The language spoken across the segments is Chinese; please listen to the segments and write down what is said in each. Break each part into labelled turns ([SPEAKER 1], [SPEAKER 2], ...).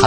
[SPEAKER 1] 他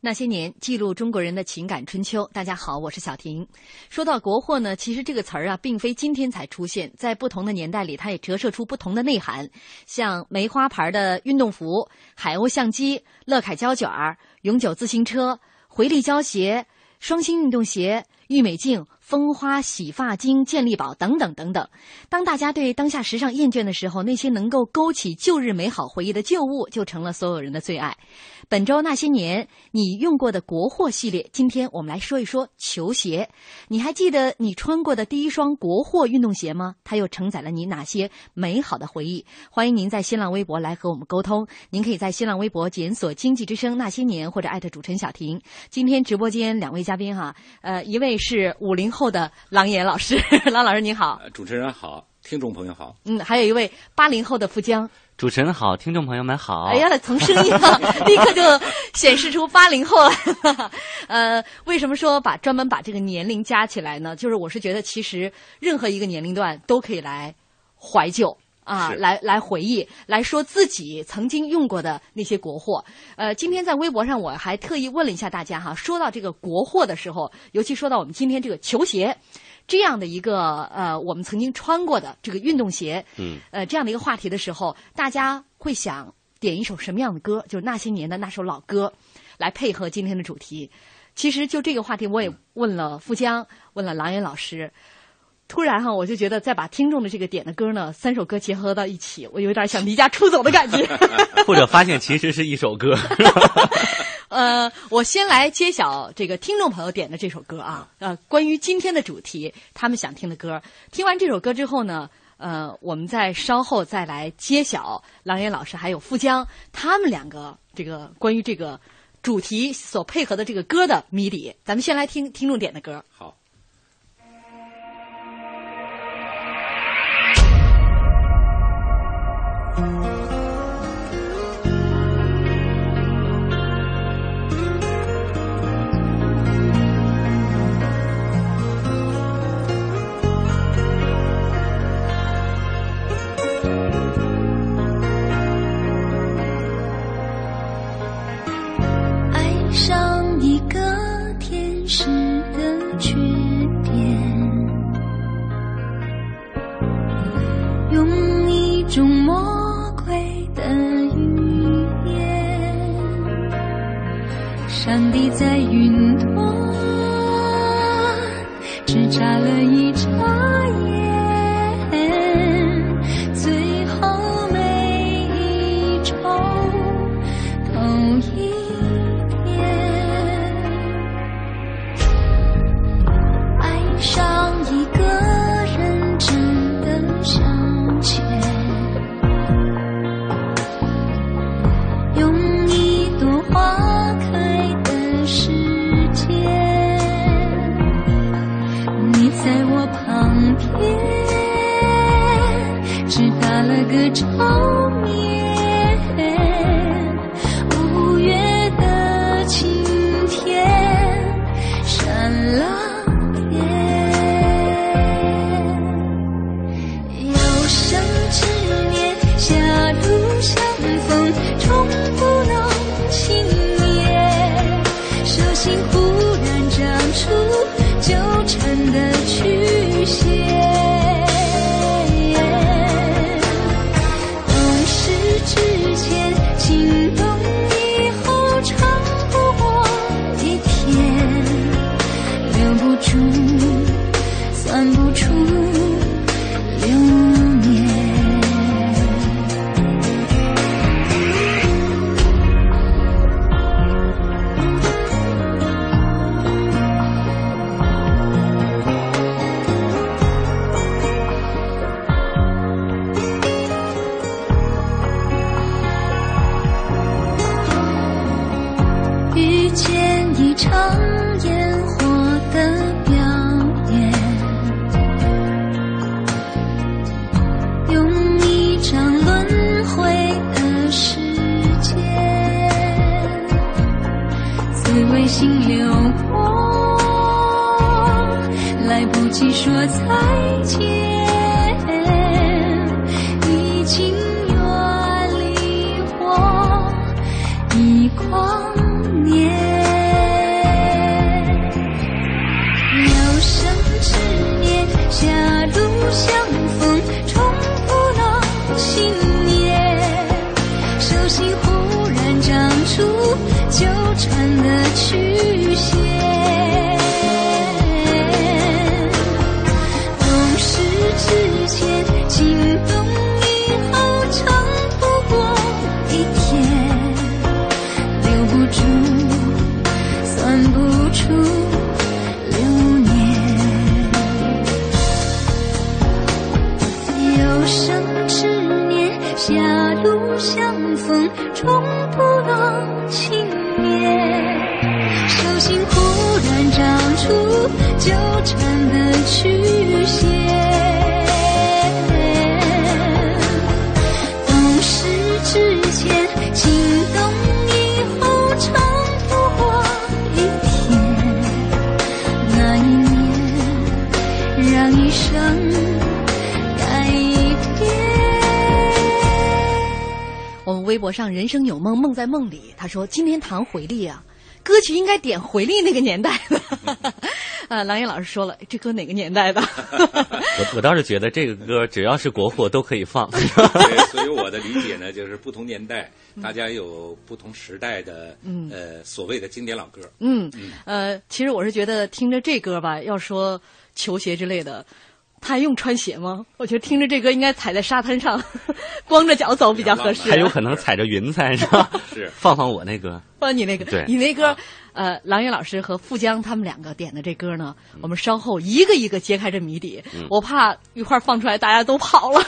[SPEAKER 2] 那些年，记录中国人的情感春秋。大家好，我是小婷。说到国货呢，其实这个词儿啊，并非今天才出现，在不同的年代里，它也折射出不同的内涵。像梅花牌的运动服、海鸥相机、乐凯胶卷儿、永久自行车、回力胶鞋、双星运动鞋、郁美净、蜂花洗发精、健力宝等等等等。当大家对当下时尚厌倦的时候，那些能够勾起旧日美好回忆的旧物，就成了所有人的最爱。本周那些年你用过的国货系列，今天我们来说一说球鞋。你还记得你穿过的第一双国货运动鞋吗？它又承载了你哪些美好的回忆？欢迎您在新浪微博来和我们沟通。您可以在新浪微博检索“经济之声那些年”或者艾特主持人小婷。今天直播间两位嘉宾哈、呃，一位是五零后的郎岩老师， 郎老师您好，
[SPEAKER 3] 呃主持人好，听众朋友好，
[SPEAKER 2] 嗯，还有一位八零后的富江。
[SPEAKER 4] 主持人好，听众朋友们好。
[SPEAKER 2] 哎呀，从声音上立刻就显示出八零后来了。 呃，为什么说把专门把这个年龄加起来呢？就是我是觉得，其实任何一个年龄段都可以来怀旧啊，
[SPEAKER 3] 是
[SPEAKER 2] 来来回忆，来说自己曾经用过的那些国货。呃，今天在微博上我还特意问了一下大家哈，说到这个国货的时候，尤其说到我们今天这个球鞋。这样的一个呃，我们曾经穿过的这个运动鞋，
[SPEAKER 3] 嗯，
[SPEAKER 2] 呃这样的一个话题的时候，大家会想点一首什么样的歌？就是那些年的那首老歌，来配合今天的主题。其实就这个话题，我也问了富江，问了郎岩老师。突然哈、我就觉得再把听众的这个点的歌呢，三首歌结合到一起，我有点想离家出走的感觉。
[SPEAKER 4] 或者发现其实是一首歌，
[SPEAKER 2] 呃，我先来揭晓这个听众朋友点的这首歌啊，呃，关于今天的主题，他们想听的歌。听完这首歌之后呢，呃，我们再稍后再来揭晓郎岩老师还有富江他们两个这个关于这个主题所配合的这个歌的谜底。咱们先来听听众点的歌，
[SPEAKER 3] 好，
[SPEAKER 5] 爱上一个天使的缺点，用一种魔鬼的语言，上帝在云端只眨了一眨眼，最后每一种都一。爱上一个认真的向前，处纠缠的曲线。懂事之前，心动以后，尝不过一天，留不住，算不出流年。遇见一场烟火的表演，用一张轮回的时间，滋味心流过，来不及说再见，已经远离我一光年。有生之年，狭路相逢，终不能幸免。手心忽然长出纠缠的曲线。懂事之前，心动以后，长不过一天。留不住，算不出流年。有生之年，狭路相逢，终不能幸免。手心忽然长出纠缠的曲线。懂事之前，心动以后，长不过一天。那一年，让一生改变。
[SPEAKER 2] 我们微博上“人生有梦，梦在梦里”，他说今天谈回力啊，歌曲应该点回力那个年代的。 啊，郎岩老师说了，这歌哪个年 代的？
[SPEAKER 4] 我我倒是觉得这个歌只要是国货都可以放。
[SPEAKER 3] 对，所以我的理解呢，就是不同年代，大家有不同时代的
[SPEAKER 2] 嗯
[SPEAKER 3] 呃所谓的经典老歌。
[SPEAKER 2] 嗯，呃，其实我是觉得听着这歌吧，要说球鞋之类的，他还用穿鞋吗？我觉得听着这歌应该踩在沙滩上， 光着脚走比较合适。
[SPEAKER 4] 还有可能踩着云彩上，
[SPEAKER 3] 是
[SPEAKER 4] 放放我那歌。
[SPEAKER 2] 放你那个，
[SPEAKER 4] 对啊
[SPEAKER 2] 你那歌，呃，郎云老师和富江他们两个点的这歌呢，我们稍后一个一个揭开这谜底。
[SPEAKER 4] 嗯
[SPEAKER 2] 我怕一块儿放出来大家都跑了，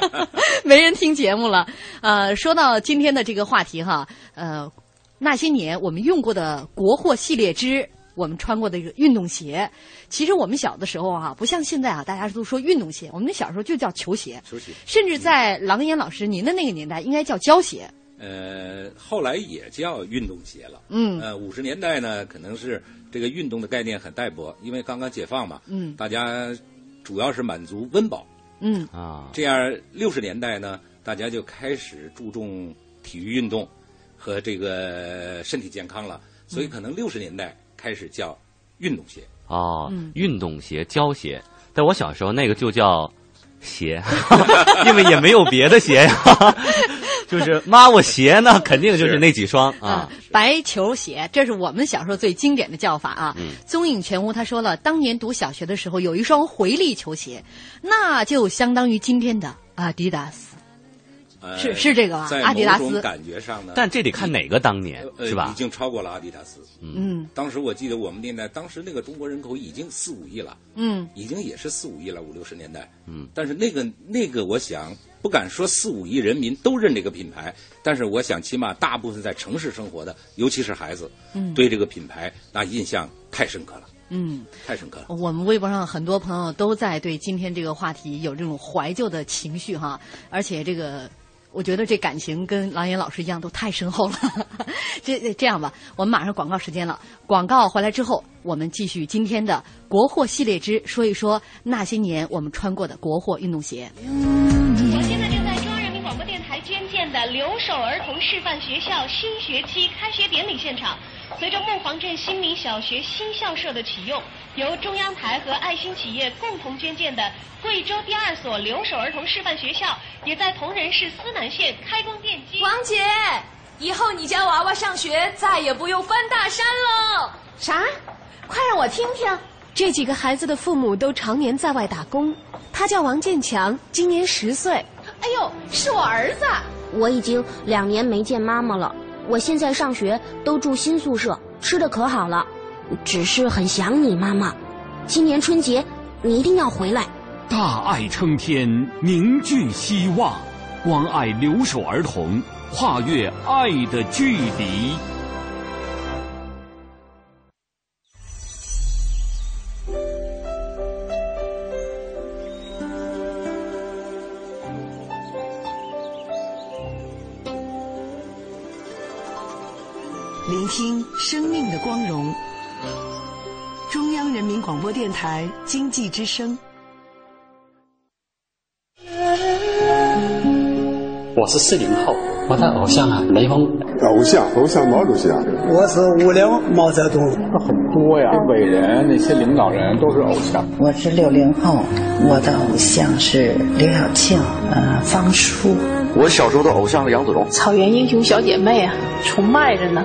[SPEAKER 2] 没人听节目了。呃，说到今天的这个话题哈，呃，那些年我们用过的国货系列之。我们穿过的这个运动鞋，其实我们小的时候啊，不像现在啊，大家都说运动鞋，我们那小时候就叫球鞋，
[SPEAKER 3] 球鞋
[SPEAKER 2] 甚至在
[SPEAKER 4] 嗯
[SPEAKER 2] 郎岩老师您的那个年代，应该叫胶鞋。
[SPEAKER 3] 呃，后来也叫运动鞋了。
[SPEAKER 2] 嗯
[SPEAKER 3] 呃，五十年代呢，可能是这个运动的概念很淡薄，因为刚刚解放嘛，
[SPEAKER 2] 嗯
[SPEAKER 3] 大家主要是满足温饱。
[SPEAKER 2] 嗯
[SPEAKER 4] 啊，
[SPEAKER 3] 这样六十年代呢，大家就开始注重体育运动和这个身体健康了，
[SPEAKER 2] 嗯
[SPEAKER 3] 所以可能六十年代开始叫运动鞋。
[SPEAKER 4] 哦，
[SPEAKER 2] 嗯
[SPEAKER 4] 运动鞋、胶鞋，但我小时候那个就叫鞋， 因为也没有别的鞋呀。 就是妈，我鞋呢，肯定就是那几双啊
[SPEAKER 2] 啊。，白球鞋，这是我们小时候最经典的叫法啊。踪影全无他说了，当年读小学的时候有一双回力球鞋，那就相当于今天的阿迪达斯。
[SPEAKER 3] 呃、
[SPEAKER 2] 是是这个吧
[SPEAKER 3] 在
[SPEAKER 2] 阿迪达斯
[SPEAKER 3] 某种感觉上呢，
[SPEAKER 4] 但这得看哪个当年
[SPEAKER 3] 呃
[SPEAKER 4] 是
[SPEAKER 3] 已
[SPEAKER 4] 吧？
[SPEAKER 3] 经超过了阿迪达斯。
[SPEAKER 2] 嗯
[SPEAKER 3] 当时我记得我们年代，当时那个中国人口已经四五亿了，
[SPEAKER 2] 嗯
[SPEAKER 3] 已经也是四五亿了，五六十年代。
[SPEAKER 4] 嗯，
[SPEAKER 3] 但是那个那个，我想不敢说四五亿人民都认这个品牌，但是我想起码大部分在城市生活的，尤其是孩子，
[SPEAKER 2] 嗯
[SPEAKER 3] 对这个品牌那印象太深刻了，
[SPEAKER 2] 嗯，
[SPEAKER 3] 太深刻了。
[SPEAKER 2] 我们微博上很多朋友都在对今天这个话题有这种怀旧的情绪哈，而且这个。我觉得这感情跟郎岩老师一样，都太深厚了。 这这样吧，我们马上广告时间了，广告回来之后，我们继续今天的国货系列之说一说那些年我们穿过的国货运动鞋。
[SPEAKER 5] 流
[SPEAKER 6] 我
[SPEAKER 5] 年。
[SPEAKER 6] 现在正在中央人民广播电台捐建的留守儿童示范学校新学期开学典礼现场。
[SPEAKER 7] 随着木黄镇新民小学新校舍的启用，由中央台和爱心企业共同捐建的贵州第二所留守儿童示范学校，也在铜仁市思南县开工奠基。
[SPEAKER 8] 王姐，以后你家娃娃上学再也不用翻大山喽。
[SPEAKER 9] 啥？快让我听听。
[SPEAKER 10] 这几个孩子的父母都常年在外打工。他叫王建强，今年十岁。
[SPEAKER 9] 哎呦，是我儿子。
[SPEAKER 11] 我已经两年没见妈妈了。我现在上学都住新宿舍，吃的可好了，只是很想你妈妈。今年春节你一定要回来。
[SPEAKER 12] 大爱撑天，凝聚希望，关爱留守儿童，跨越爱的距离。
[SPEAKER 13] 聆听生命的光荣，中央人民广播电台经济之声。
[SPEAKER 14] 我是四零后，我的偶像啊，雷锋。
[SPEAKER 15] 偶像，偶像毛主席啊。
[SPEAKER 16] 我是五零毛泽东。
[SPEAKER 17] 他很多呀，伟人那些领导人都是偶像。
[SPEAKER 18] 我是六零后，我的偶像是刘晓庆，呃，方舒。
[SPEAKER 19] 我小时候的偶像是杨子荣。
[SPEAKER 20] 草原英雄小姐妹啊，崇拜着呢。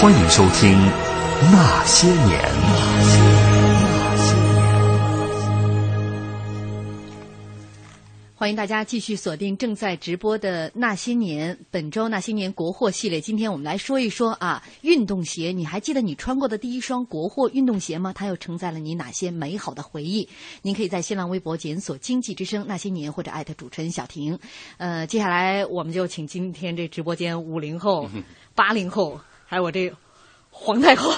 [SPEAKER 1] 欢迎收听《那些年》。
[SPEAKER 2] 欢迎大家继续锁定正在直播的《那些年》，本周《那些年》国货系列，今天我们来说一说啊，运动鞋。你还记得你穿过的第一双国货运动鞋吗？它又承载了你哪些美好的回忆？您可以在新浪微博检索“经济之声那些年”或者艾特主持人小婷。呃，接下来我们就请今天这直播间五零后、八零后，还有我这皇太 后，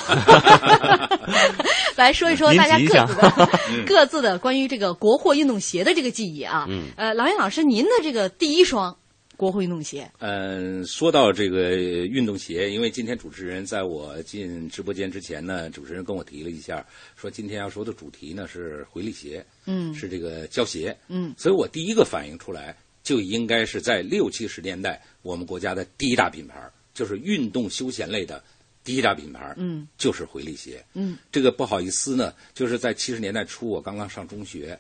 [SPEAKER 2] 来嗯说一说大家各自 的
[SPEAKER 3] 嗯
[SPEAKER 2] 各自的关于这个国货运动鞋的这个记忆啊。嗯、呃，郎岩老师，您的这个第一双国货运动鞋，
[SPEAKER 3] 嗯，说到这个运动鞋，因为今天主持人在我进直播间之前呢，主持人跟我提了一下，说今天要说的主题呢是回力鞋，
[SPEAKER 2] 嗯，
[SPEAKER 3] 是这个胶鞋，
[SPEAKER 2] 嗯，
[SPEAKER 3] 所以我第一个反应出来就应该是在六七十年代我们国家的第一大品牌，就是运动休闲类的。第一大品牌，
[SPEAKER 2] 嗯，
[SPEAKER 3] 就是回力鞋，
[SPEAKER 2] 嗯，
[SPEAKER 3] 这个不好意思呢，就是在七十年代初，我刚刚上中学，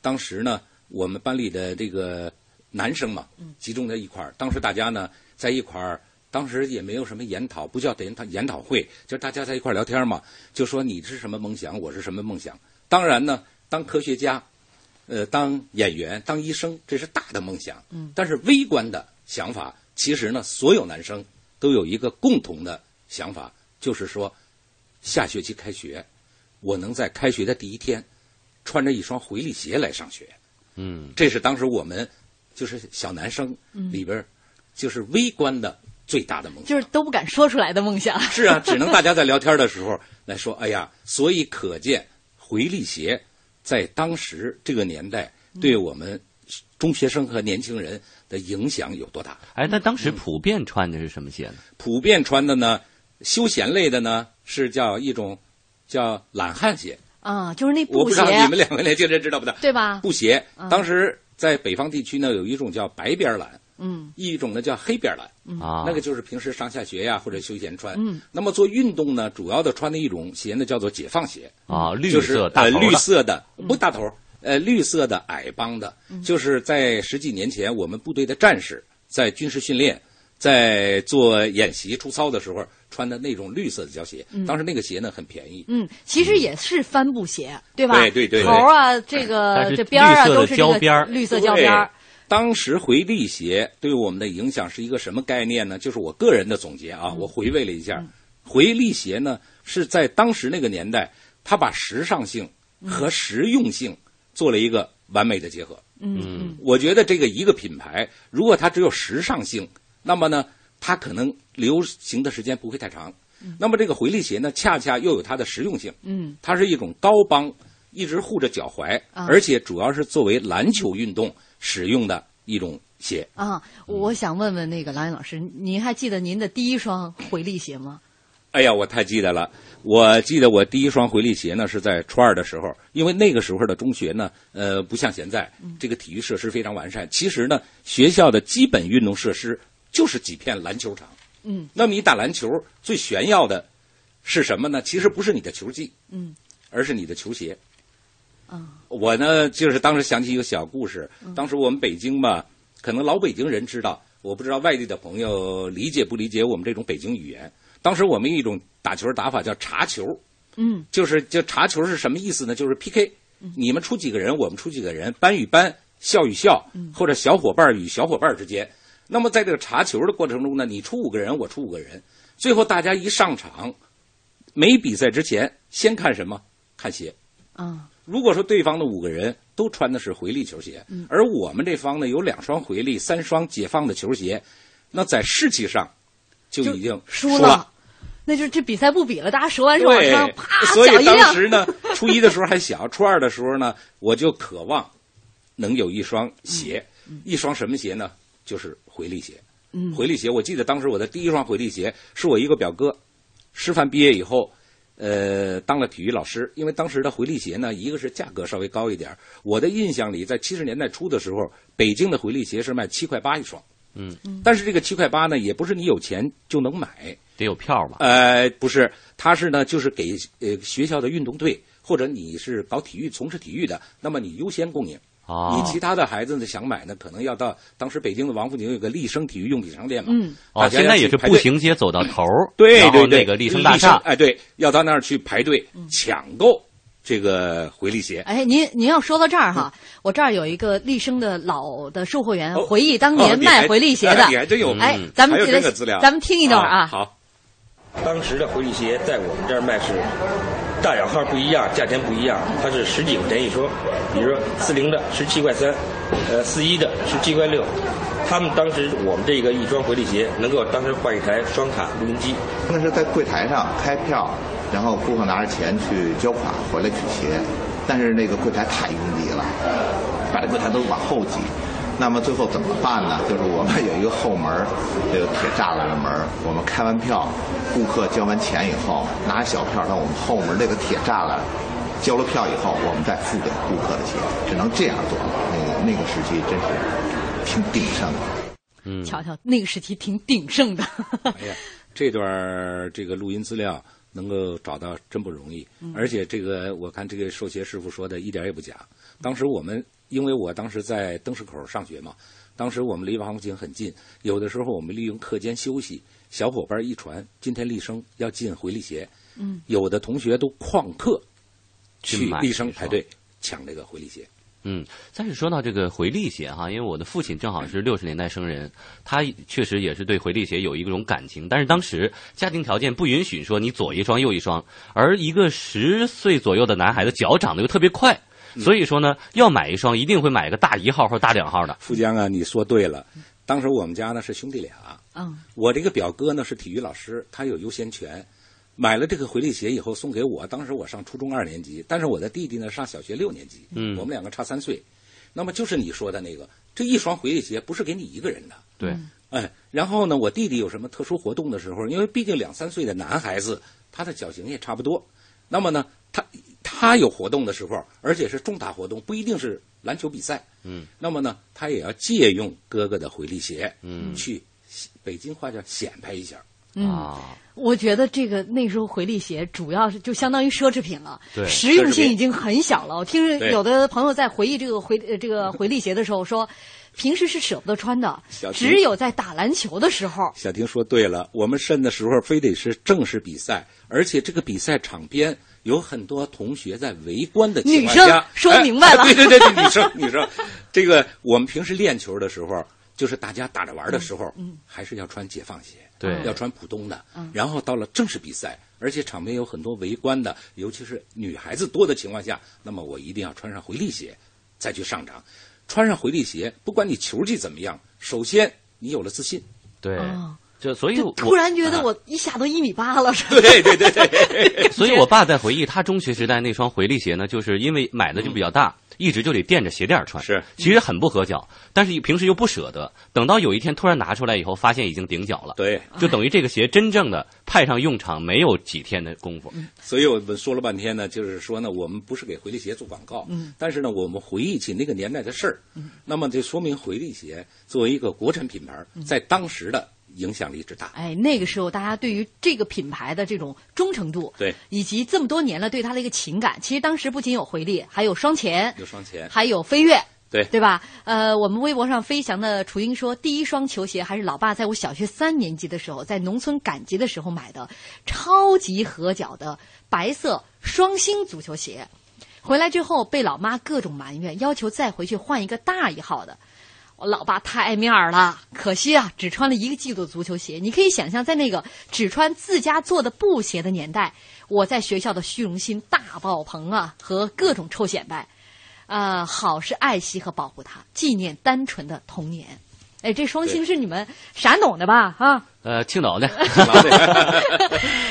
[SPEAKER 3] 当时呢，我们班里的这个男生嘛，集中在一块儿，当时大家呢在一块儿，当时也没有什么研讨，不叫研讨研讨会，就是大家在一块儿聊天嘛，就说你是什么梦想，我是什么梦想。当然呢，当科学家，呃，当演员，当医生，这是大的梦想，
[SPEAKER 2] 嗯，
[SPEAKER 3] 但是微观的想法，其实呢，所有男生都有一个共同的。想法就是说，下学期开学，我能在开学的第一天，穿着一双回力鞋来上学。
[SPEAKER 4] 嗯，
[SPEAKER 3] 这是当时我们就是小男生里边，就是微观的最大的梦想，
[SPEAKER 2] 就是都不敢说出来的梦想。
[SPEAKER 3] 是啊，只能大家在聊天的时候来说。哎呀，所以可见回力鞋在当时这个年代
[SPEAKER 4] 嗯
[SPEAKER 3] 对我们中学生和年轻人的影响有多大？
[SPEAKER 4] 哎，那当时普遍穿的是什么鞋呢？
[SPEAKER 3] 嗯、普遍穿的呢？休闲类的呢，是叫一种叫懒汉鞋
[SPEAKER 2] 啊，就是那布鞋。嗯
[SPEAKER 3] 我不知道你们两位年轻人知道不知道？
[SPEAKER 2] 对吧？
[SPEAKER 3] 布鞋，当时在北方地区呢，有一种叫白边懒，
[SPEAKER 2] 嗯，
[SPEAKER 3] 一种呢叫黑边懒，
[SPEAKER 4] 啊、
[SPEAKER 3] 嗯，那个就是平时上下学呀或者休闲穿。
[SPEAKER 2] 嗯，
[SPEAKER 3] 那么做运动呢，主要的穿的一种鞋呢叫做解放鞋
[SPEAKER 4] 啊，绿
[SPEAKER 3] 色、就是、
[SPEAKER 4] 呃
[SPEAKER 3] 绿色的不大头，呃绿色的矮帮的，就是在十几年前我们部队的战士在军事训练。在做演习出操的时候穿的那种绿色的胶鞋，
[SPEAKER 2] 嗯、
[SPEAKER 3] 当时那个鞋呢很便宜。
[SPEAKER 2] 嗯，其实也是帆布鞋，对吧？
[SPEAKER 3] 对对对，
[SPEAKER 2] 头啊，这个这边啊都是
[SPEAKER 4] 胶边
[SPEAKER 2] 绿色胶边
[SPEAKER 3] 当时回力鞋对我们的影响是一个什么概念呢？就是我个人的总结啊，我回味了一下，
[SPEAKER 2] 嗯、
[SPEAKER 3] 回力鞋呢是在当时那个年代，它把时尚性
[SPEAKER 2] 嗯
[SPEAKER 3] 和实用性做了一个完美的结合。
[SPEAKER 2] 嗯，
[SPEAKER 3] 我觉得这个一个品牌，如果它只有时尚性。那么呢，它可能流行的时间不会太长。那么这个回力鞋呢，恰恰又有它的实用性，
[SPEAKER 2] 嗯，
[SPEAKER 3] 它是一种刀帮，一直护着脚踝，
[SPEAKER 2] 啊
[SPEAKER 3] 而且主要是作为篮球运动使用的一种鞋。
[SPEAKER 2] 啊，我想问问那个郎云老师，您还记得您的第一双回力鞋吗？
[SPEAKER 3] 哎呀，我太记得了！我记得我第一双回力鞋呢是在初二的时候，因为那个时候的中学呢，呃，不像现在
[SPEAKER 2] 嗯
[SPEAKER 3] 这个体育设施非常完善。其实呢，学校的基本运动设施就是几片篮球场。
[SPEAKER 2] 嗯
[SPEAKER 3] 那么你打篮球最炫耀的是什么呢？其实不是你的球技，
[SPEAKER 2] 嗯
[SPEAKER 3] 而是你的球鞋。
[SPEAKER 2] 啊
[SPEAKER 3] 我呢，就是当时想起一个小故事
[SPEAKER 2] 嗯，
[SPEAKER 3] 当时我们北京吧，可能老北京人知道，我不知道外地的朋友理解不理解我们这种北京语言。当时我们有一种打球打法叫查球，
[SPEAKER 2] 嗯
[SPEAKER 3] 就是就查球是什么意思呢？就是 PK，你们出几个人，我们出几个人，班与班，校与校，
[SPEAKER 2] 嗯
[SPEAKER 3] 或者小伙伴与小伙伴之间。那么在这个查球的过程中呢，你出五个人，我出五个人，最后大家一上场，没比赛之前先看什么？看鞋。
[SPEAKER 2] 啊
[SPEAKER 3] 如果说对方的五个人都穿的是回力球鞋，
[SPEAKER 2] 嗯
[SPEAKER 3] 而我们这方呢有两双回力、三双解放的球鞋，那在士气上就已经
[SPEAKER 2] 输
[SPEAKER 3] 了。
[SPEAKER 2] 了，那就这比赛不比了，大家手挽手往
[SPEAKER 3] 对，
[SPEAKER 2] 上，啪，
[SPEAKER 3] 所
[SPEAKER 2] 脚
[SPEAKER 3] 以
[SPEAKER 2] 一
[SPEAKER 3] 当
[SPEAKER 2] 亮。
[SPEAKER 3] 时呢，初一的时候还小， 初二的时候呢，我就渴望能有一双鞋，一双什么鞋呢？就是回力鞋。
[SPEAKER 2] 嗯
[SPEAKER 3] 回力鞋，我记得当时我的第一双回力鞋是我一个表哥，师范毕业以后，呃，当了体育老师。因为当时的回力鞋呢，一个是价格稍微高一点儿，我的印象里，在七十年代初的时候，北京的回力鞋是卖七块八一双，
[SPEAKER 4] 嗯，
[SPEAKER 3] 但是这个七块八呢，也不是你有钱就能买。
[SPEAKER 4] 得有票吧？
[SPEAKER 3] 呃，不是，他是呢，就是给呃学校的运动队，或者你是搞体育、从事体育的，那么你优先供应。
[SPEAKER 4] 啊，
[SPEAKER 3] 你其他的孩子呢想买呢，可能要到当时北京的王府井有个立生体育用品商店嘛。
[SPEAKER 2] 嗯
[SPEAKER 4] 哦，
[SPEAKER 3] 大家
[SPEAKER 4] 现
[SPEAKER 3] 要
[SPEAKER 4] 在
[SPEAKER 3] 去
[SPEAKER 4] 也是
[SPEAKER 3] 排
[SPEAKER 4] 步
[SPEAKER 3] 队
[SPEAKER 4] 行街走到头儿，
[SPEAKER 3] 对
[SPEAKER 4] 然后
[SPEAKER 3] 对对，
[SPEAKER 4] 那个立生大厦，
[SPEAKER 3] 哎，对，要到那儿去排队
[SPEAKER 2] 嗯
[SPEAKER 3] 抢购这个回力鞋。
[SPEAKER 2] 哎，您您要说到这儿哈，我这儿有一个立生的老的售货员
[SPEAKER 3] 哦
[SPEAKER 2] 呃回忆当
[SPEAKER 3] 哦
[SPEAKER 2] 年
[SPEAKER 3] 你还
[SPEAKER 2] 卖回力鞋的
[SPEAKER 3] 啊你，还真有，
[SPEAKER 2] 哎
[SPEAKER 3] 嗯，
[SPEAKER 2] 咱们
[SPEAKER 3] 还有
[SPEAKER 2] 记得
[SPEAKER 3] 这个资料，
[SPEAKER 2] 咱们听一段啊
[SPEAKER 3] 好，
[SPEAKER 21] 当时的回力鞋在我们这儿卖是大小号不一样，价钱不一样，它是十几块钱一双。比如说四零的十七块三，呃四一的十七块六。他们当时我们这个一双回力鞋能够当时换一台双卡录音机。
[SPEAKER 22] 那是在柜台上开票，然后顾客拿着钱去交款回来取鞋，但是那个柜台太拥挤了，把这柜台都往后挤。那么最后怎么办呢？就是我们有一个后门儿，这个铁栅栏的门儿。我们开完票，顾客交完钱以后，拿着小票到我们后门这个铁栅栏，交了票以后，我们再付给顾客的钱，只能这样做了。那个那个时期真是挺鼎盛的。
[SPEAKER 4] 嗯
[SPEAKER 2] 瞧瞧那个时期挺鼎盛 的。
[SPEAKER 3] 哎呀，这段儿这个录音资料能够找到真不容易，
[SPEAKER 2] 嗯
[SPEAKER 3] 而且这个我看这个售鞋师傅说的一点儿也不假。当时我们因为我当时在灯市口上学嘛，当时我们离王府井很近，有的时候我们利用课间休息，小伙伴一传，今天立生要进回力鞋，
[SPEAKER 2] 嗯
[SPEAKER 3] 有的同学都旷课
[SPEAKER 4] 去
[SPEAKER 3] 去
[SPEAKER 4] 买
[SPEAKER 3] 立生
[SPEAKER 4] 是
[SPEAKER 3] 排
[SPEAKER 4] 吧
[SPEAKER 3] 队抢这个回力鞋。
[SPEAKER 4] 嗯，但是说到这个回力鞋哈，因为我的父亲正好是六十年代生人，他确实也是对回力鞋有一种感情。但是当时家庭条件不允许说你左一双右一双，而一个十岁左右的男孩子脚长得又特别快，所以说呢，要买一双一定会买个大一号或者大两号的。
[SPEAKER 3] 富江啊，你说对了，当时我们家呢是兄弟俩，
[SPEAKER 2] 嗯
[SPEAKER 3] 我这个表哥呢是体育老师，他有优先权，买了这个回力鞋以后送给我。当时我上初中二年级，但是我的弟弟呢上小学六年级，
[SPEAKER 4] 嗯
[SPEAKER 3] 我们两个差三岁。那么就是你说的那个，这一双回力鞋不是给你一个人的，
[SPEAKER 4] 对，
[SPEAKER 3] 哎，然后呢，我弟弟有什么特殊活动的时候，因为毕竟两三岁的男孩子，他的脚型也差不多，那么呢，他他有活动的时候，而且是重大活动，不一定是篮球比赛，
[SPEAKER 4] 嗯
[SPEAKER 3] 那么呢，他也要借用哥哥的回力鞋，
[SPEAKER 4] 嗯
[SPEAKER 3] 去北京话叫显摆一下。
[SPEAKER 2] 嗯，
[SPEAKER 4] 啊，
[SPEAKER 2] 我觉得这个那时候回力鞋主要是就相当于奢侈品了，
[SPEAKER 4] 对
[SPEAKER 2] 实用
[SPEAKER 3] 奢侈
[SPEAKER 2] 性
[SPEAKER 3] 品
[SPEAKER 2] 已经很小了。我听着
[SPEAKER 3] 对
[SPEAKER 2] 有的朋友在回忆这个回呃这个回力鞋的时候说，平时是舍不得穿的
[SPEAKER 3] 小，婷
[SPEAKER 2] 只有在打篮球的时候，
[SPEAKER 3] 小婷说对了，我们申的时候非得是正式比赛，而且这个比赛场边有很多同学在围观的情况下，
[SPEAKER 2] 女生说明白了
[SPEAKER 3] 哎对对对对，女生 女生，这个我们平时练球的时候，就是大家打着玩的时候，
[SPEAKER 2] 嗯嗯
[SPEAKER 3] 还是要穿解放鞋，
[SPEAKER 4] 对
[SPEAKER 3] 要穿普通的，
[SPEAKER 2] 嗯
[SPEAKER 3] 然后到了正式比赛。而且场边有很多围观的，尤其是女孩子多的情况下，那么我一定要穿上回力鞋，再去上场。穿上回力鞋，不管你球技怎么样，首先你有了自信，
[SPEAKER 4] 对，
[SPEAKER 2] 啊，
[SPEAKER 4] 就所以我，啊
[SPEAKER 2] 突然觉得我一下都一米 八了，是吧？
[SPEAKER 3] 对对对对。
[SPEAKER 4] 所以我爸在回忆他中学时代那双回力鞋呢，就是因为买的就比较大，嗯、一直就得垫着鞋垫穿。
[SPEAKER 3] 是，
[SPEAKER 4] 其实很不合脚，但是平时又不舍得。等到有一天突然拿出来以后，发现已经顶脚了。
[SPEAKER 3] 对，
[SPEAKER 4] 就等于这个鞋真正的派上用场没有几天的功夫。
[SPEAKER 3] 所以我们说了半天呢，就是说呢，我们不是给回力鞋做广告，嗯，但是呢，我们回忆起那个年代的事儿，嗯，那么就说明回力鞋作为一个国产品牌，在当时的。影响力之大，
[SPEAKER 2] 哎，那个时候大家对于这个品牌的这种忠诚度，
[SPEAKER 3] 对，
[SPEAKER 2] 以及这么多年了对它的一个情感，其实当时不仅有回力，还有双前，
[SPEAKER 3] 有双 前，
[SPEAKER 2] 还有飞跃，
[SPEAKER 3] 对，
[SPEAKER 2] 对吧？呃，我们微博上飞翔的雏鹰说，第一双球鞋还是老爸在我小学三年级的时候，在农村赶集的时候买的，超级合脚的白色双星足球鞋，回来之后被老妈各种埋怨，要求再回去换一个大一号的。我老爸太爱面儿了，可惜啊，只穿了一个季度足球鞋。你可以想象，在那个只穿自家做的布鞋的年代，我在学校的虚荣心大爆棚啊，和各种臭显摆。呃，好是爱惜和保护它，纪念单纯的童年。哎，这双星是你们山东的吧？啊，
[SPEAKER 4] 呃，青岛的。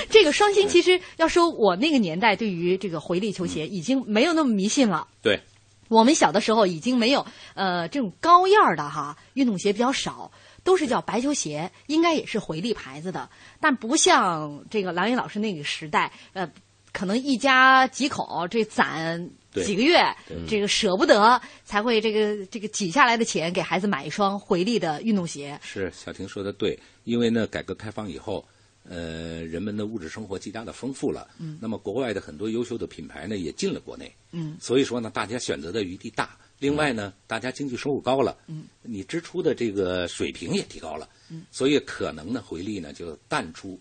[SPEAKER 2] 这个双星其实要说，我那个年代对于这个回力球鞋已经没有那么迷信了。
[SPEAKER 3] 对。
[SPEAKER 2] 我们小的时候已经没有呃这种高样儿的哈运动鞋比较少，都是叫白球鞋，应该也是回力牌子的，但不像这个郎云老师那个时代，呃，可能一家几口这攒几个月，这个舍不得才会这个这个挤下来的钱给孩子买一双回力的运动鞋。
[SPEAKER 3] 是小婷说的对，因为呢改革开放以后。呃，人们的物质生活极大的丰富了，嗯，那么国外的很多优秀的品牌呢也进了国内，
[SPEAKER 2] 嗯，
[SPEAKER 3] 所以说呢，大家选择的余地大。另外呢，大家经济收入高了，嗯，你支出的这个水平也提高了，嗯，所以可能呢，回力呢就淡出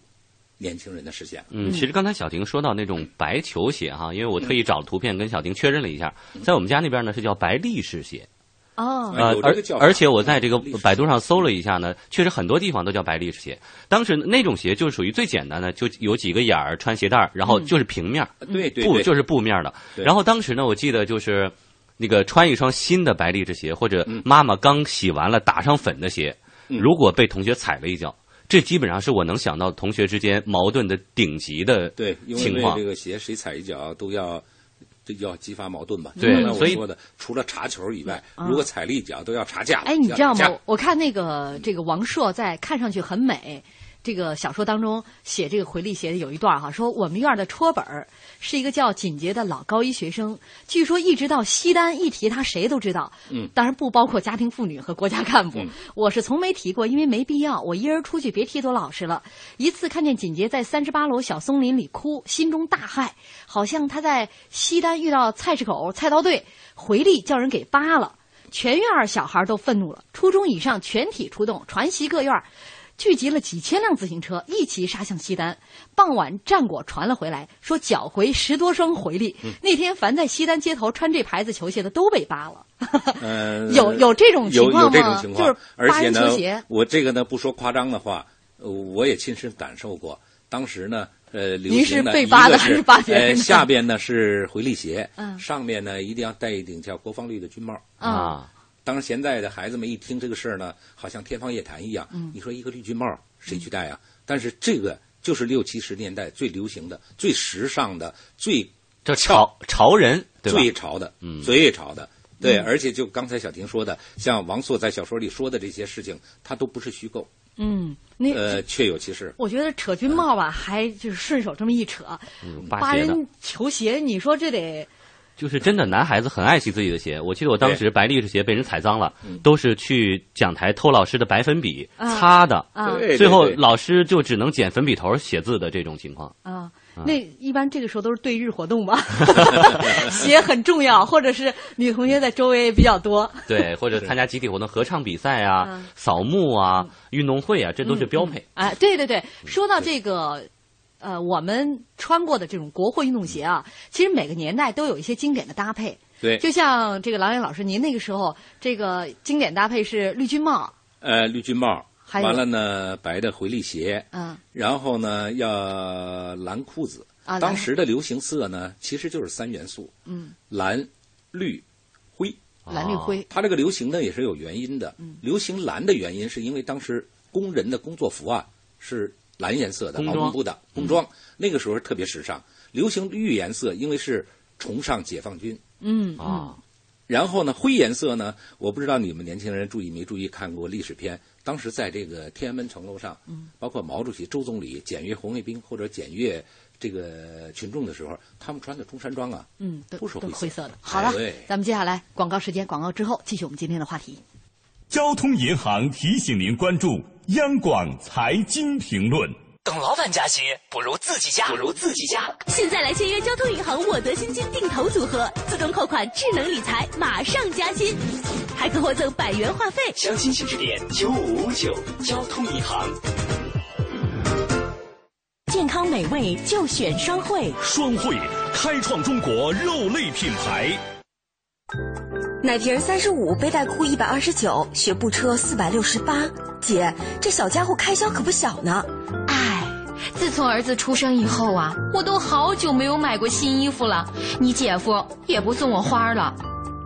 [SPEAKER 3] 年轻人的视线。
[SPEAKER 4] 嗯，其实刚才小婷说到那种白球鞋哈，因为我特
[SPEAKER 3] 嗯
[SPEAKER 4] 意找了图片跟小婷确认了一下，在我们家那边呢是叫白立式鞋。
[SPEAKER 2] 哦，
[SPEAKER 3] 啊
[SPEAKER 4] 呃，而而且我在这个百度上搜了一下呢，确实很多地方都叫白历史鞋。当时那种鞋就是属于最简单的，就有几个眼儿，穿鞋带然后就是平面，
[SPEAKER 3] 呃对嗯对、
[SPEAKER 4] 嗯，布就是布面的。
[SPEAKER 3] 对对对
[SPEAKER 4] 然后当时呢，我记得就是那个穿一双新的白历史鞋，或者妈妈刚洗完了打上粉的鞋，
[SPEAKER 3] 嗯、
[SPEAKER 4] 如果被同学踩了一脚。这基本上是我能想到同学之间矛盾的顶级的
[SPEAKER 3] 对
[SPEAKER 4] 情况。
[SPEAKER 3] 这个鞋谁踩一脚都要。要激发矛盾吧？
[SPEAKER 4] 对，
[SPEAKER 3] 我说的除了查球以外，如果踩了一脚都要查价。
[SPEAKER 2] 嗯哎，你知道吗？我看那个这个王朔在看上去很美这个小说当中写这个回力鞋的有一段哈，说我们院的戳本儿是一个叫锦杰的老高一学生，据说一直到西单一提他谁都知道，
[SPEAKER 3] 嗯，
[SPEAKER 2] 当然不包括家庭妇女和国家干部。
[SPEAKER 3] 嗯、
[SPEAKER 2] 我是从没提过，因为没必要，我一人出去别提多老实了。一次看见锦杰在三十八楼小松林里哭，心中大骇。好像他在西单遇到菜市口菜刀队回力，叫人给扒了，全院儿小孩都愤怒了，初中以上全体出动，传习各院儿，聚集了几千辆自行车，一齐杀向西单。傍晚战果传了回来，说缴回十多双回力。
[SPEAKER 3] 嗯、
[SPEAKER 2] 那天凡在西单街头穿这牌子球鞋的都被扒了。
[SPEAKER 3] 呃、
[SPEAKER 2] 有有这种情况
[SPEAKER 3] 吗？有有这种情况，
[SPEAKER 2] 就是
[SPEAKER 3] 而且
[SPEAKER 2] 球鞋。
[SPEAKER 3] 我这个呢不说夸张的话，呃我也亲身感受过。当时呢。呃，流
[SPEAKER 2] 您
[SPEAKER 3] 行
[SPEAKER 2] 是被扒的还是扒别人
[SPEAKER 3] 呃，下边呢是回力鞋，
[SPEAKER 2] 嗯，
[SPEAKER 3] 上面呢一定要戴一顶叫国防绿的军帽
[SPEAKER 4] 啊。
[SPEAKER 3] 当然，现在的孩子们一听这个事儿呢，好像天方夜谭一样。
[SPEAKER 2] 嗯，
[SPEAKER 3] 你说一个绿军帽谁去戴啊？但是这个就是六七十年代最流行的、最时尚的、最
[SPEAKER 4] 叫潮潮人，对吧？
[SPEAKER 3] 最潮的，
[SPEAKER 4] 嗯，
[SPEAKER 3] 最潮的，对。
[SPEAKER 2] 嗯
[SPEAKER 3] 而且就刚才小婷说的，像王朔在小说里说的这些事情，它都不是虚构。
[SPEAKER 2] 嗯，那
[SPEAKER 3] 呃，确有其事。
[SPEAKER 2] 我觉得扯军帽吧，嗯、还就是顺手这么一扯，
[SPEAKER 4] 扒、
[SPEAKER 2] 嗯、人球鞋，你说这得。
[SPEAKER 4] 就是真的，男孩子很爱惜自己的鞋。我记得我当时白力士鞋被人踩脏了，
[SPEAKER 3] 嗯
[SPEAKER 4] 都是去讲台偷老师的白粉笔擦的，
[SPEAKER 2] 啊、
[SPEAKER 4] 最后老师就只能捡粉笔头写字的这种情况。
[SPEAKER 2] 啊，那一般这个时候都是对日活动吧， 鞋很重要，或者是女同学在周围比较多。嗯
[SPEAKER 4] 对，或者参加集体活动、合唱比赛啊、扫墓啊、运动会啊，这都是标配。
[SPEAKER 2] 哎，对对对，说到这个。呃，我们穿过的这种国货运动鞋啊，其实每个年代都有一些经典的搭配。
[SPEAKER 3] 对，
[SPEAKER 2] 就像这个郎云老师，您那个时候这个经典搭配是绿军帽。
[SPEAKER 3] 呃，绿军帽，
[SPEAKER 2] 还
[SPEAKER 3] 完了呢，白的回力鞋。
[SPEAKER 2] 嗯。
[SPEAKER 3] 然后呢，要蓝裤子。
[SPEAKER 2] 啊。
[SPEAKER 3] 当时的流行色呢，其实就是三元素。
[SPEAKER 2] 嗯。
[SPEAKER 3] 蓝、绿、灰。
[SPEAKER 2] 蓝绿灰。
[SPEAKER 3] 它这个流行呢，也是有原因的。
[SPEAKER 2] 嗯。
[SPEAKER 3] 流行蓝的原因，是因为当时工人的工作服啊。是蓝颜色的
[SPEAKER 23] 工
[SPEAKER 3] 装布的工装，那个时候特别时尚，流行绿颜色，因为是崇尚解放军。
[SPEAKER 2] 嗯
[SPEAKER 4] 哦
[SPEAKER 23] 啊，
[SPEAKER 3] 然后呢，灰颜色呢，我不知道你们年轻人注意没注意看过历史片，当时在这个天安门城楼上，
[SPEAKER 2] 嗯
[SPEAKER 3] 包括毛主席、周总理检阅红卫兵或者检阅。这个群众的时候，他们穿的中山装啊，
[SPEAKER 2] 嗯，
[SPEAKER 3] 都是
[SPEAKER 2] 灰色的。
[SPEAKER 3] 哎、
[SPEAKER 2] 好了，
[SPEAKER 3] 对
[SPEAKER 2] 咱们接下来广告时间，广告之后继续我们今天的话题。
[SPEAKER 24] 交通银行提醒您关注央广财经评论。
[SPEAKER 25] 等老板加薪，不如自己加，
[SPEAKER 26] 不如自己加。
[SPEAKER 27] 现在来签约交通银行沃德薪金定投组合，自动扣款，智能理财，马上加薪，还可获赠百元话费。
[SPEAKER 25] 详情请致电九五五九交通银行。
[SPEAKER 28] 健康美味就选双汇，
[SPEAKER 24] 双汇开创中国肉类品牌。
[SPEAKER 5] 奶瓶三十五，背带裤一百二十九，学步车四百六十八。姐，这小家伙开销可不小呢。
[SPEAKER 29] 唉，哎自从儿子出生以后啊，我都好久没有买过新衣服了。你姐夫也不送我花了。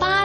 [SPEAKER 29] 八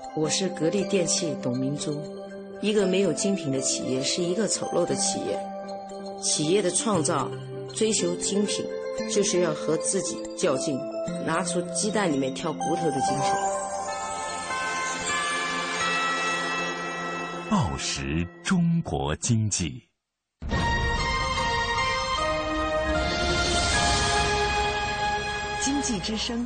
[SPEAKER 30] 我是格力电器董明珠。一个没有精品的企业是一个丑陋的企业。企业的创造追求精品，就是要和自己较劲，拿出鸡蛋里面挑骨头的精神。
[SPEAKER 24] 报时中国经济。
[SPEAKER 18] 经济之声。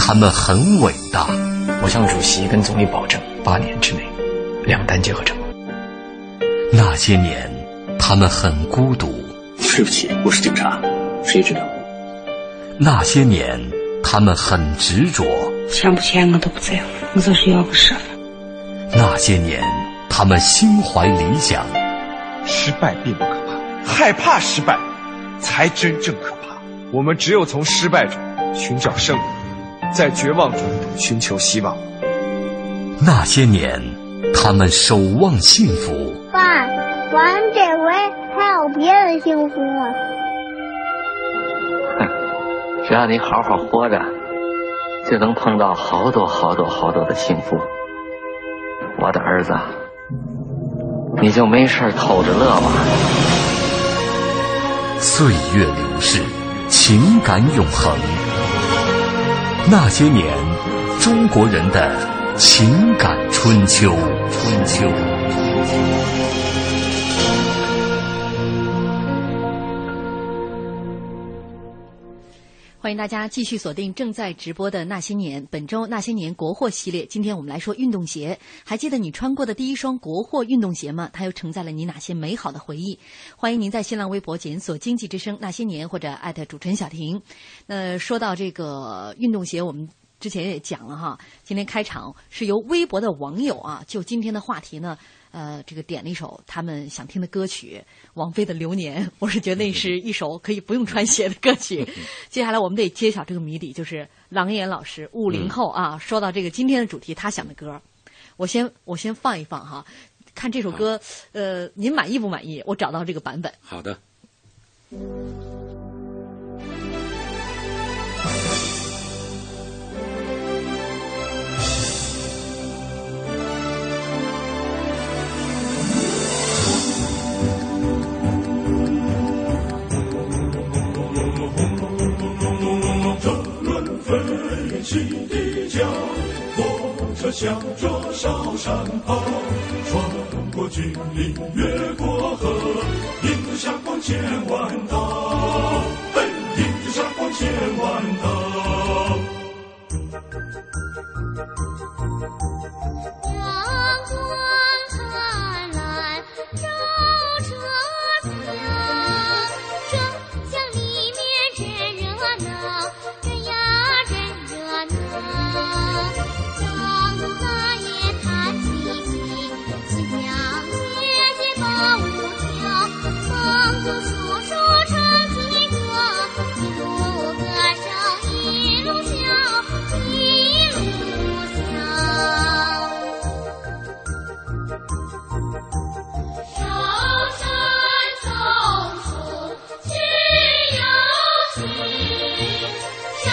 [SPEAKER 1] 他们很伟大。
[SPEAKER 31] 我向主席跟总理保证，八年之内，两弹结合成功。
[SPEAKER 1] 那些年，他们很孤独。
[SPEAKER 31] 对不起，我是警察，谁知道？
[SPEAKER 1] 那些年，他们很执着。
[SPEAKER 32] 签不签我都不在乎，我就是要个身份。
[SPEAKER 1] 那些年，他们心怀理想。
[SPEAKER 22] 失败并不可怕，害怕失败，才真正可怕。我们只有从失败中寻找胜利。在绝望中寻求希望。
[SPEAKER 1] 那些年，他们守望幸福。
[SPEAKER 22] 爸，完这回还有别的幸福吗？
[SPEAKER 4] 只要你好好活着，就能碰到好多好多好多的幸福。我的儿子，你就没事偷着乐吧。
[SPEAKER 1] 岁月流逝，情感永恒。那些年，中国人的情感春秋。春秋。
[SPEAKER 2] 欢迎大家继续锁定正在直播的《那些年》，本周《那些年》国货系列，今天我们来说运动鞋。还记得你穿过的第一双国货运动鞋吗？它又承载了你哪些美好的回忆？欢迎您在新浪微博检索“经济之声那些年”或者艾特主持人小婷。那说到这个运动鞋，我们。之前也讲了哈，今天开场是由微博的网友啊，就今天的话题呢，呃，这个点了一首他们想听的歌曲《王菲的流年》，我是觉得那是一首可以不用穿鞋的歌曲。接下来我们得揭晓这个谜底，就是郎岩老师五零后啊，说到这个今天的主题，他想的歌，我先我先放一放哈。看这首歌，呃，您满意不满意？我找到这个版本。
[SPEAKER 3] 好的。
[SPEAKER 33] 车响着烧山炮，穿过峻岭，越过河，迎着霞光千万道，嘿，迎着霞光千万道。
[SPEAKER 14] 阳光灿烂照彻家，这乡里面真热闹，真呀真热闹。张大爷弹起琴，新娘姐姐把舞跳，忙着叔叔唱起歌，一路歌声一路笑，一路笑。高山松树去游行，向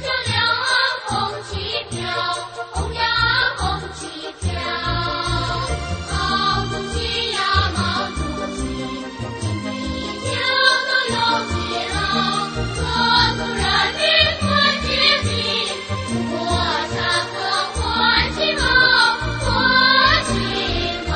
[SPEAKER 14] 着两岸红旗飘，红呀红旗飘。毛主席呀，毛主席，今天一定都有你了。国土人民团结起，中国山河欢喜报，欢喜报。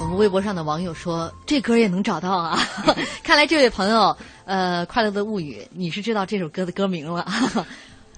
[SPEAKER 2] 我们微博上的网友说，这歌也能找到啊！ 看来这位朋友，呃，《快乐的物语》，你是知道这首歌的歌名了。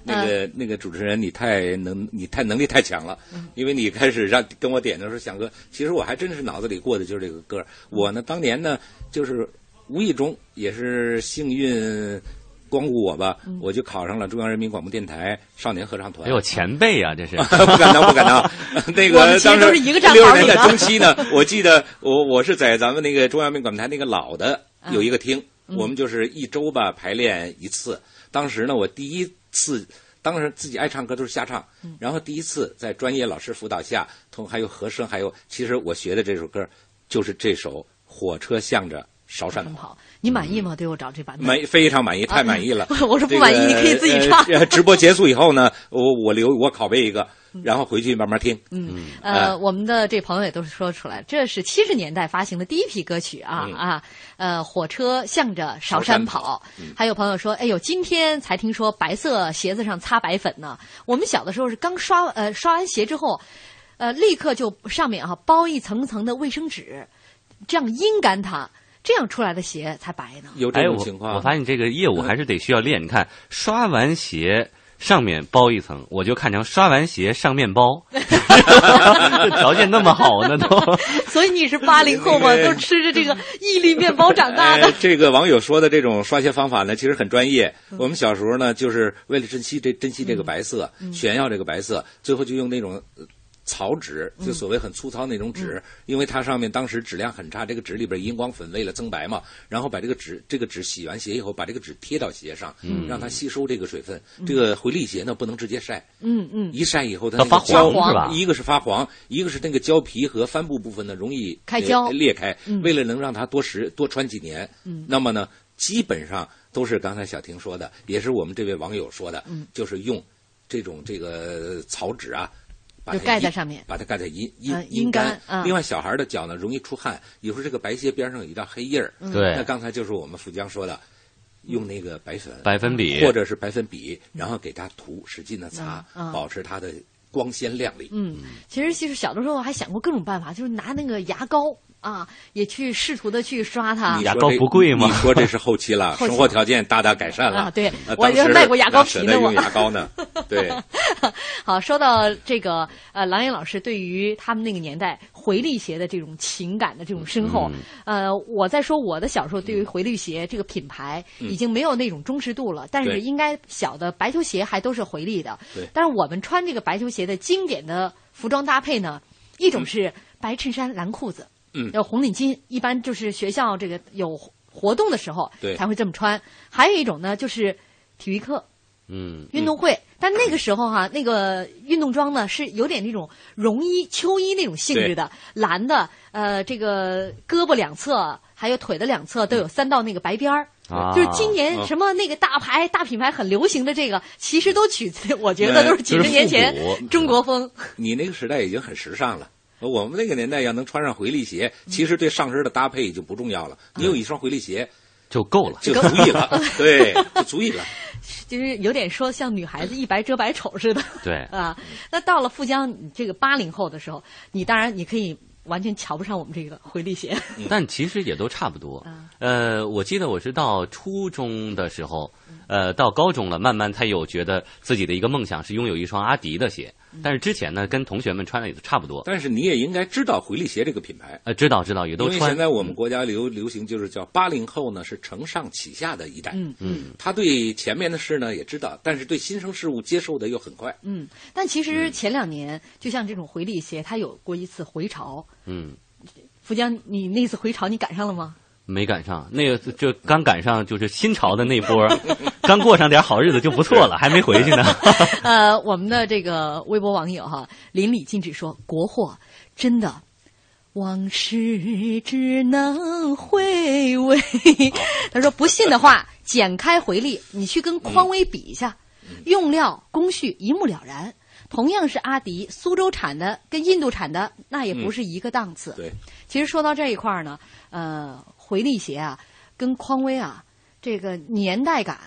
[SPEAKER 3] 那个那个主持人，你太能，你太能力太强了，因为你开始让跟我点的时候，想哥，其实我还真是脑子里过的就是这个歌儿。我呢，当年呢，就是无意中也是幸运光顾我吧，我就考上了中央人民广播电台少年合唱团。
[SPEAKER 4] 哎呦，前辈啊，这是
[SPEAKER 3] 不敢当，不敢 当。那
[SPEAKER 4] 我们
[SPEAKER 3] 个
[SPEAKER 4] 其实
[SPEAKER 3] 当
[SPEAKER 4] 都
[SPEAKER 3] 时
[SPEAKER 4] 是一个站
[SPEAKER 3] 六
[SPEAKER 4] 好
[SPEAKER 3] 十
[SPEAKER 4] 几
[SPEAKER 3] 年代
[SPEAKER 4] 的
[SPEAKER 3] 中期呢，我记得我我是在咱们那个中央民管台那个老的有一个厅，
[SPEAKER 4] 嗯
[SPEAKER 3] 我们就是一周吧排练一次。当时呢，我第一次。当时自己爱唱歌都是瞎唱，
[SPEAKER 4] 嗯
[SPEAKER 3] 然后第一次在专业老师辅导下，同还有和声，还有其实我学的这首歌就是这首《火车向着韶山跑》。
[SPEAKER 2] 你满意吗？对我找这版本。
[SPEAKER 3] 满非常满意，太满意了。
[SPEAKER 2] 啊 我说不满意
[SPEAKER 3] 这个
[SPEAKER 2] 你可以自己唱
[SPEAKER 3] 呃呃直播结束以后呢，我我留我拷贝一个，然后回去慢慢听。
[SPEAKER 2] 嗯，
[SPEAKER 3] 哎
[SPEAKER 2] 呃，我们的这朋友也都是说出来，这是七十年代发行的第一批歌曲啊、
[SPEAKER 3] 嗯
[SPEAKER 2] 啊，呃，火车向着韶山跑。
[SPEAKER 15] 韶山跑嗯
[SPEAKER 2] 还有朋友说，哎呦，今天才听说白色鞋子上擦白粉呢。我们小的时候是刚刷呃刷完鞋之后，呃，立刻就上面啊包一层层的卫生纸，这样阴干它，这样出来的鞋才白 呢。
[SPEAKER 3] 有这种情况
[SPEAKER 4] 哎我。我发现这个业务还是得需要练。你看，刷完鞋上面包一层，我就看成刷完鞋上面包，这条件那么好呢都。
[SPEAKER 2] 所以你是八零后嘛，
[SPEAKER 3] 对
[SPEAKER 2] 都吃着这个意力面包长大的
[SPEAKER 3] 哎。这个网友说的这种刷鞋方法呢，其实很专业。
[SPEAKER 2] 嗯
[SPEAKER 3] 我们小时候呢，就是为了珍惜这珍惜这个白色，
[SPEAKER 4] 嗯
[SPEAKER 3] 炫耀这个白色，最后就用那种。呃草纸
[SPEAKER 2] 嗯
[SPEAKER 3] 就所谓很粗糙那种纸，因为它上面当时质量很差，这个纸里边荧光粉为了增白嘛，然后把这个纸这个纸洗完鞋以后，把这个纸贴到鞋上，
[SPEAKER 4] 嗯
[SPEAKER 3] 让它吸收这个水分。
[SPEAKER 4] 嗯
[SPEAKER 3] 这个回力鞋呢不能直接晒，
[SPEAKER 2] 嗯嗯，
[SPEAKER 3] 一晒以后它
[SPEAKER 4] 它
[SPEAKER 3] 那个
[SPEAKER 4] 发黄
[SPEAKER 3] 胶
[SPEAKER 4] 是吧
[SPEAKER 3] 一个是发黄，一个是那个胶皮和帆布部分呢容易
[SPEAKER 2] 开胶
[SPEAKER 3] 呃裂开
[SPEAKER 2] 嗯。
[SPEAKER 3] 为了能让它多时多穿几年，
[SPEAKER 2] 嗯
[SPEAKER 3] 那么呢，基本上都是刚才小婷说的，也是我们这位网友说的，
[SPEAKER 2] 嗯
[SPEAKER 3] 就是用这种这个草纸啊。把
[SPEAKER 2] 就
[SPEAKER 3] 它
[SPEAKER 2] 盖在
[SPEAKER 3] 阴
[SPEAKER 2] 上面
[SPEAKER 3] 把它盖在阴阴
[SPEAKER 2] 嗯阴
[SPEAKER 3] 阴
[SPEAKER 2] 干嗯
[SPEAKER 3] 另外，小孩的脚呢容易出汗，有时候这个白鞋边上有一道黑印儿。
[SPEAKER 4] 嗯对
[SPEAKER 3] 那刚才就是我们富江说的，用那个白粉、
[SPEAKER 4] 白粉笔
[SPEAKER 3] 或者是白粉笔，然后给它涂，使劲的擦，
[SPEAKER 2] 嗯嗯
[SPEAKER 3] 保持它的光鲜亮丽。
[SPEAKER 2] 嗯，其实其实小的时候还想过各种办法，就是拿那个牙膏啊，也去试图的去刷它。
[SPEAKER 3] 你说这你说这是后期了，
[SPEAKER 2] 嗯 后期
[SPEAKER 3] 生活条件大大改善了
[SPEAKER 2] 啊对
[SPEAKER 3] 呃
[SPEAKER 2] 我以为
[SPEAKER 3] 当时
[SPEAKER 2] 卖过牙膏
[SPEAKER 3] 哪舍
[SPEAKER 2] 皮
[SPEAKER 3] 得
[SPEAKER 2] 呢我
[SPEAKER 3] 用牙膏呢， 对，
[SPEAKER 2] 好，说到这个呃，郎岩老师对于他们那个年代回力鞋的这种情感的这种深厚，呃，我在说我的小时候对于回力鞋这个品牌
[SPEAKER 16] 嗯
[SPEAKER 2] 已经没有那种忠实度了，但是
[SPEAKER 16] 对
[SPEAKER 2] 应该小的白球鞋还都是回力的
[SPEAKER 16] 对，
[SPEAKER 2] 但是我们穿这个白球鞋的经典的服装搭配呢，一种是白衬衫蓝裤子，
[SPEAKER 16] 嗯
[SPEAKER 2] 要红领巾，一般就是学校这个有活动的时候
[SPEAKER 16] 对
[SPEAKER 2] 才会这么穿，还有一种呢就是体育课。
[SPEAKER 4] 嗯，
[SPEAKER 2] 运动会。但那个时候哈、那个运动装呢是有点那种绒衣、秋衣那种性质的，蓝的，呃，这个胳膊两侧还有腿的两侧都有三道那个白边儿。
[SPEAKER 4] 啊
[SPEAKER 2] 就是今年
[SPEAKER 4] 嗯
[SPEAKER 2] 什么那个大牌、大品牌很流行的这个，其实都取自，我觉得都是几十年前
[SPEAKER 3] 就是复古
[SPEAKER 2] 中国风。
[SPEAKER 3] 你那个时代已经很时尚了。我们那个年代要能穿上回力鞋，其实对上身的搭配就不重要了。你有一双回力鞋
[SPEAKER 4] 就够了，
[SPEAKER 3] 就足以了。对，就足以了。
[SPEAKER 2] 就是有点说像女孩子一白遮百丑似的。
[SPEAKER 4] 对
[SPEAKER 2] 啊，那到了富江你这个八零后的时候，你当然你可以完全瞧不上我们这个回力鞋。
[SPEAKER 4] 但其实也都差不多。呃，我记得我是到初中的时候，
[SPEAKER 3] 嗯
[SPEAKER 4] 呃，到高中了，慢慢他有觉得自己的一个梦想是拥有一双阿迪的鞋，但是之前呢，跟同学们穿的也都差不多。
[SPEAKER 3] 嗯但是你也应该知道回力鞋这个品牌，
[SPEAKER 4] 呃，知道知道，也都
[SPEAKER 3] 因为
[SPEAKER 4] 穿。
[SPEAKER 3] 现在我们国家流流行就是叫八零后呢是承上启下的一代，
[SPEAKER 2] 嗯
[SPEAKER 4] 嗯，
[SPEAKER 3] 他对前面的事呢也知道，但是对新生事物接受的又很快。
[SPEAKER 2] 嗯，但其实前两年，就像这种回力鞋，它有过一次回潮。
[SPEAKER 4] 嗯，
[SPEAKER 2] 富江，你那次回潮你赶上了吗？
[SPEAKER 4] 没赶上，那个就刚赶上就是新潮的那波，刚过上点好日子就不错了，还没回去 呢。
[SPEAKER 2] 呃，我们的这个微博网友哈，邻里禁止说国货真的。往事只能回味。他说：“不信的话，剪开回力，你去跟匡威比一下，用料、工序一目了然。同样是阿迪，苏州产的跟印度产的那也不是一个档次。
[SPEAKER 3] 对，
[SPEAKER 2] 其实说到这一块儿呢，呃，回力鞋啊，跟匡威啊，这个年代感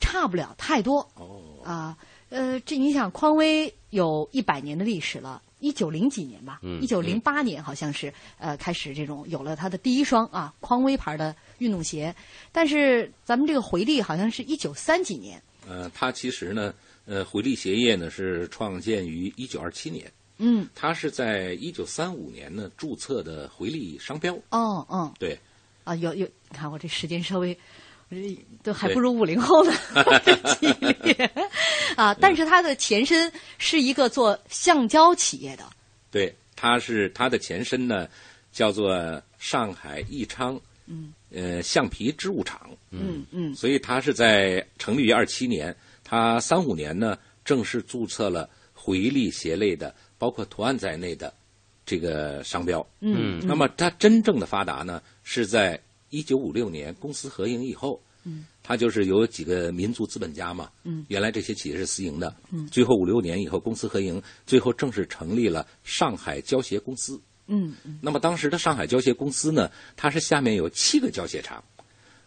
[SPEAKER 2] 差不了太多。啊，呃，这你想，匡威有一百年的历史了。一九零几年吧，
[SPEAKER 4] 嗯
[SPEAKER 2] 一九零八年好像是，呃，开始这种有了它的第一双啊，匡威牌的运动鞋。但是咱们这个回力好像是一九三几年，
[SPEAKER 3] 呃，它其实呢，呃，回力鞋业呢是创建于一九二七年，
[SPEAKER 2] 嗯，
[SPEAKER 3] 它是在一九三五年呢注册的回力商标。
[SPEAKER 2] 哦，嗯，
[SPEAKER 3] 对，
[SPEAKER 2] 啊，有有，你看我这时间稍微，我这都还不如五零后呢，这记忆力啊。但是它的前身是一个做橡胶企业的，
[SPEAKER 3] 对，它是它的前身呢叫做上海益昌
[SPEAKER 2] 嗯
[SPEAKER 3] 呃橡皮织物厂。
[SPEAKER 2] 嗯嗯
[SPEAKER 3] 所以它是在成立于二七年，它三五年呢正式注册了回力鞋类的，包括图案在内的这个商标。
[SPEAKER 14] 嗯嗯
[SPEAKER 3] 那么它真正的发达呢，是在一九五六年公司合营以后，
[SPEAKER 14] 嗯
[SPEAKER 3] 它就是有几个民族资本家嘛，
[SPEAKER 14] 嗯
[SPEAKER 3] 原来这些企业是私营的，
[SPEAKER 14] 嗯
[SPEAKER 3] 最后五六年以后公私合营，最后正式成立了上海胶鞋公司。
[SPEAKER 2] 嗯
[SPEAKER 3] 那么当时的上海胶鞋公司呢，它是下面有七个胶鞋厂，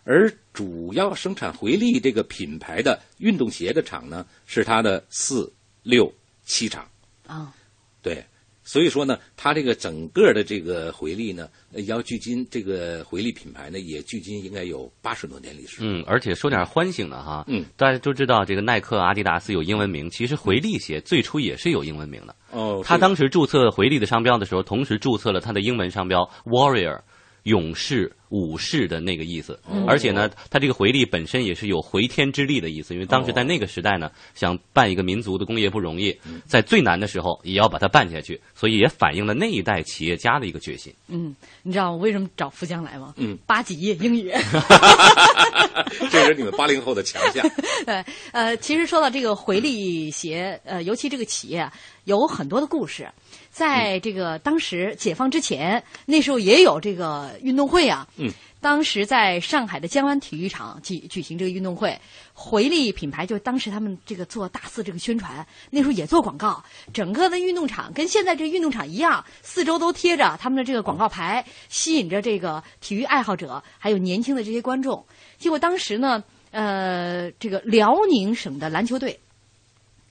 [SPEAKER 3] 而主要生产回力这个品牌的运动鞋的厂呢，是它的四六七厂。
[SPEAKER 2] 啊，
[SPEAKER 3] 对，所以说呢，它这个整个的这个回力呢，呃要距今这个回力品牌呢，也距今应该有八十多年历史。
[SPEAKER 4] 嗯，而且说点欢庆的哈，
[SPEAKER 3] 嗯，
[SPEAKER 4] 大家都知道这个耐克、阿迪达斯有英文名，其实回力鞋最初也是有英文名的。
[SPEAKER 3] 哦
[SPEAKER 4] 他当时注册回力的商标的时候，同时注册了他的英文商标 Warrior，勇士、武士的那个意思。
[SPEAKER 3] 哦
[SPEAKER 4] 而且呢，他这个回力本身也是有回天之力的意思，因为当时在那个时代呢，想办一个民族的工业不容易，在最难的时候也要把它办下去，所以也反映了那一代企业家的一个决心。
[SPEAKER 2] 嗯，你知道我为什么找富江来吗？
[SPEAKER 4] 嗯
[SPEAKER 2] 八几页英语。
[SPEAKER 3] 这是你们八零后的强项。
[SPEAKER 2] 对，呃，其实说到这个回力鞋，呃，尤其这个企业啊有很多的故事，在这个当时解放之前，那时候也有这个运动会啊。
[SPEAKER 3] 嗯，
[SPEAKER 2] 当时在上海的江湾体育场举举行这个运动会，回力品牌就当时他们这个做大肆这个宣传，那时候也做广告，整个的运动场跟现在这个运动场一样，四周都贴着他们的这个广告牌，吸引着这个体育爱好者还有年轻的这些观众。结果当时呢，呃，这个辽宁省的篮球队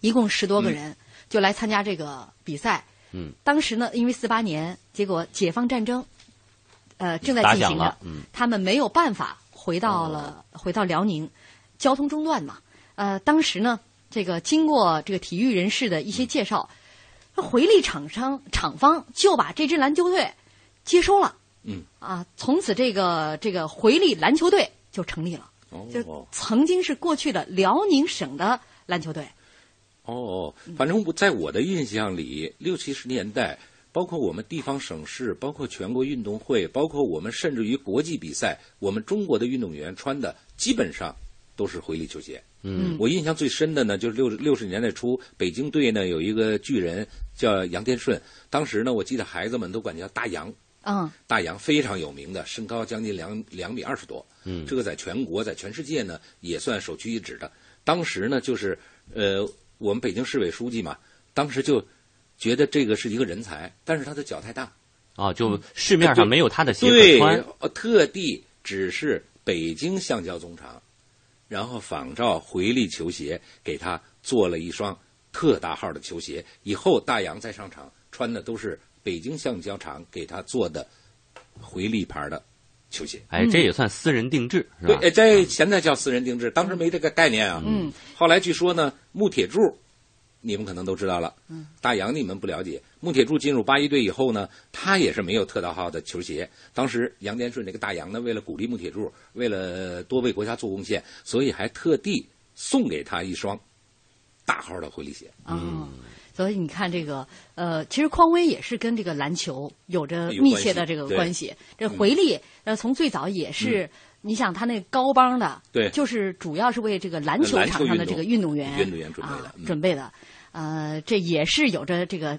[SPEAKER 2] 一共十多个人就来参加这个比赛。
[SPEAKER 4] 嗯，
[SPEAKER 2] 当时呢，因为四八年，结果解放战争，呃，正在
[SPEAKER 4] 打
[SPEAKER 2] 进
[SPEAKER 4] 响
[SPEAKER 2] 行着
[SPEAKER 4] 了，，嗯。哦
[SPEAKER 2] 他们没有办法回到了、回到辽宁，交通中断嘛。呃，当时呢，这个经过这个体育人士的一些介绍，那回力厂商厂方就把这支篮球队接收了
[SPEAKER 3] 嗯，
[SPEAKER 2] 啊，从此这个这个回力篮球队就成立了，
[SPEAKER 3] 哦。
[SPEAKER 2] 曾经是过去的辽宁省的篮球队。
[SPEAKER 3] 哦，反正我在我的印象里，六七十年代，包括我们地方省市，包括全国运动会，包括我们甚至于国际比赛，我们中国的运动员穿的基本上都是回力球鞋。嗯，我印象最深的呢，就是六六十年代初，北京队呢有一个巨人叫杨天顺，当时呢，我记得孩子们都管叫大杨。
[SPEAKER 2] 嗯，
[SPEAKER 3] 大杨非常有名的，身高将近两两米二十多，
[SPEAKER 4] 嗯
[SPEAKER 3] 这个在全国、在全世界呢也算首屈一指的。当时呢，就是呃，我们北京市委书记嘛，当时就觉得这个是一个人才，但是他的脚太大，
[SPEAKER 4] 啊，就市面上没有他的鞋可
[SPEAKER 3] 对
[SPEAKER 4] 穿。，
[SPEAKER 3] 呃特地只是北京橡胶总厂，然后仿照回力球鞋给他做了一双特大号的球鞋。以后大洋再上场穿的都是北京橡胶厂给他做的回力牌的球鞋。
[SPEAKER 4] 哎，这也算私人定制是
[SPEAKER 3] 对，
[SPEAKER 4] 吧？
[SPEAKER 3] 哎这现在叫私人定制，当时没这个概念啊。
[SPEAKER 4] 嗯，
[SPEAKER 3] 后来据说呢，穆铁柱，你们可能都知道了。
[SPEAKER 4] 嗯，
[SPEAKER 3] 大洋你们不了解。穆铁柱进入八一队以后呢，他也是没有特大号的球鞋。当时杨天顺这个大洋呢，为了鼓励穆铁柱，为了多为国家做贡献，所以还特地送给他一双大号的回力鞋。
[SPEAKER 2] 嗯，所以你看这个，呃，其实匡威也是跟这个篮球有着密切的这个
[SPEAKER 3] 有关系
[SPEAKER 2] 关系。这
[SPEAKER 3] 对嗯
[SPEAKER 2] 回力，呃，从最早也是，你想他那高帮的，
[SPEAKER 3] 对
[SPEAKER 2] 就是主要是为这个篮球
[SPEAKER 3] 篮
[SPEAKER 2] 场
[SPEAKER 3] 球
[SPEAKER 2] 上的
[SPEAKER 3] 运
[SPEAKER 2] 这
[SPEAKER 3] 动
[SPEAKER 2] 个运动员
[SPEAKER 3] 运动员准备的
[SPEAKER 2] 啊
[SPEAKER 3] 嗯
[SPEAKER 2] 准备的，呃，这也是有着这个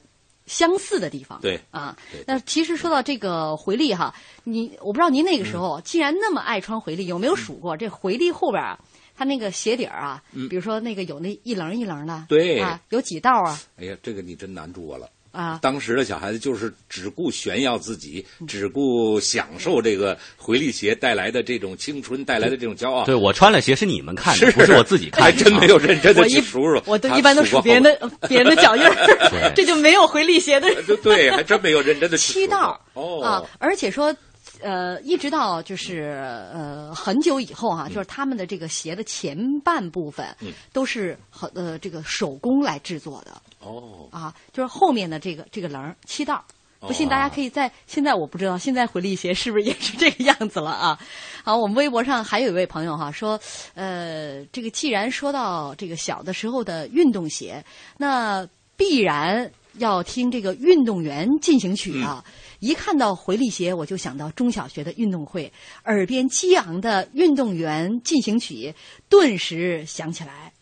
[SPEAKER 2] 相似的地方。
[SPEAKER 3] 对
[SPEAKER 2] 啊
[SPEAKER 3] 对，
[SPEAKER 2] 那其实说到这个回力哈，你我不知道您那个时候、
[SPEAKER 3] 嗯
[SPEAKER 2] 既然那么爱穿回力，有没有数过、这回力后边啊，它那个鞋底儿啊，
[SPEAKER 3] 嗯
[SPEAKER 2] 比如说那个有那一棱一棱的，
[SPEAKER 3] 对
[SPEAKER 2] 啊，有几道啊
[SPEAKER 3] 哎呀，这个你真难住我了。
[SPEAKER 2] 啊，
[SPEAKER 3] 当时的小孩子就是只顾炫耀自己，只顾享受这个回力鞋带来的这种青春，带来的这种骄傲。
[SPEAKER 4] 对我穿了鞋是你们看的，
[SPEAKER 3] 是
[SPEAKER 4] 不是我自己看的
[SPEAKER 3] 还
[SPEAKER 4] 啊。
[SPEAKER 3] 真没有认真的
[SPEAKER 2] 我
[SPEAKER 3] 去
[SPEAKER 2] 一
[SPEAKER 3] 数数，
[SPEAKER 2] 我都
[SPEAKER 3] 他
[SPEAKER 2] 一般都
[SPEAKER 3] 数过
[SPEAKER 2] 数别人的
[SPEAKER 3] 后
[SPEAKER 2] 别人的脚印儿，
[SPEAKER 3] 对
[SPEAKER 2] 这就没有回力鞋的人
[SPEAKER 3] 对对，还真没有认真的去数
[SPEAKER 2] 七道儿
[SPEAKER 3] 过哦
[SPEAKER 2] 啊，而且说。呃，一直到就是呃很久以后哈、就是他们的这个鞋的前半部分
[SPEAKER 3] 嗯
[SPEAKER 2] 都是很呃这个手工来制作的，
[SPEAKER 3] 哦，
[SPEAKER 2] 啊，就是后面的这个这个棱儿七道儿。不信，大家可以在、现在我不知道，现在回力鞋是不是也是这个样子了啊？好，我们微博上还有一位朋友哈说，呃，这个既然说到这个小的时候的运动鞋，那必然要听这个运动员进行曲啊。一看到回力鞋，我就想到中小学的运动会，耳边激昂的运动员进行曲顿时响起来。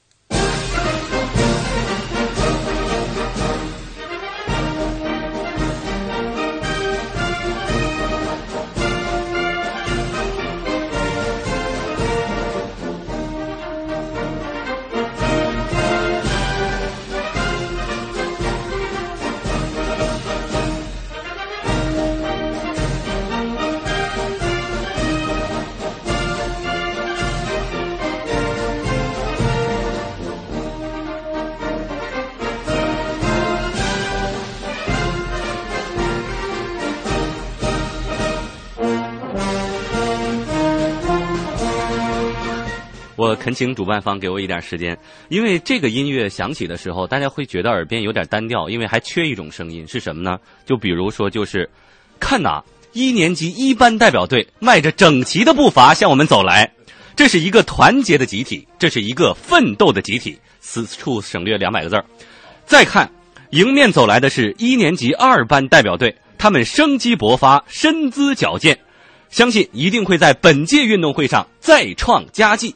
[SPEAKER 4] 我恳请主办方给我一点时间，因为这个音乐响起的时候，大家会觉得耳边有点单调，因为还缺一种声音是什么呢？就比如说，就是看呐，一年级一班代表队迈着整齐的步伐向我们走来，这是一个团结的集体，这是一个奋斗的集体。此处省略两百个字儿。再看，迎面走来的是一年级二班代表队，他们生机勃发，身姿矫健，相信一定会在本届运动会上再创佳绩。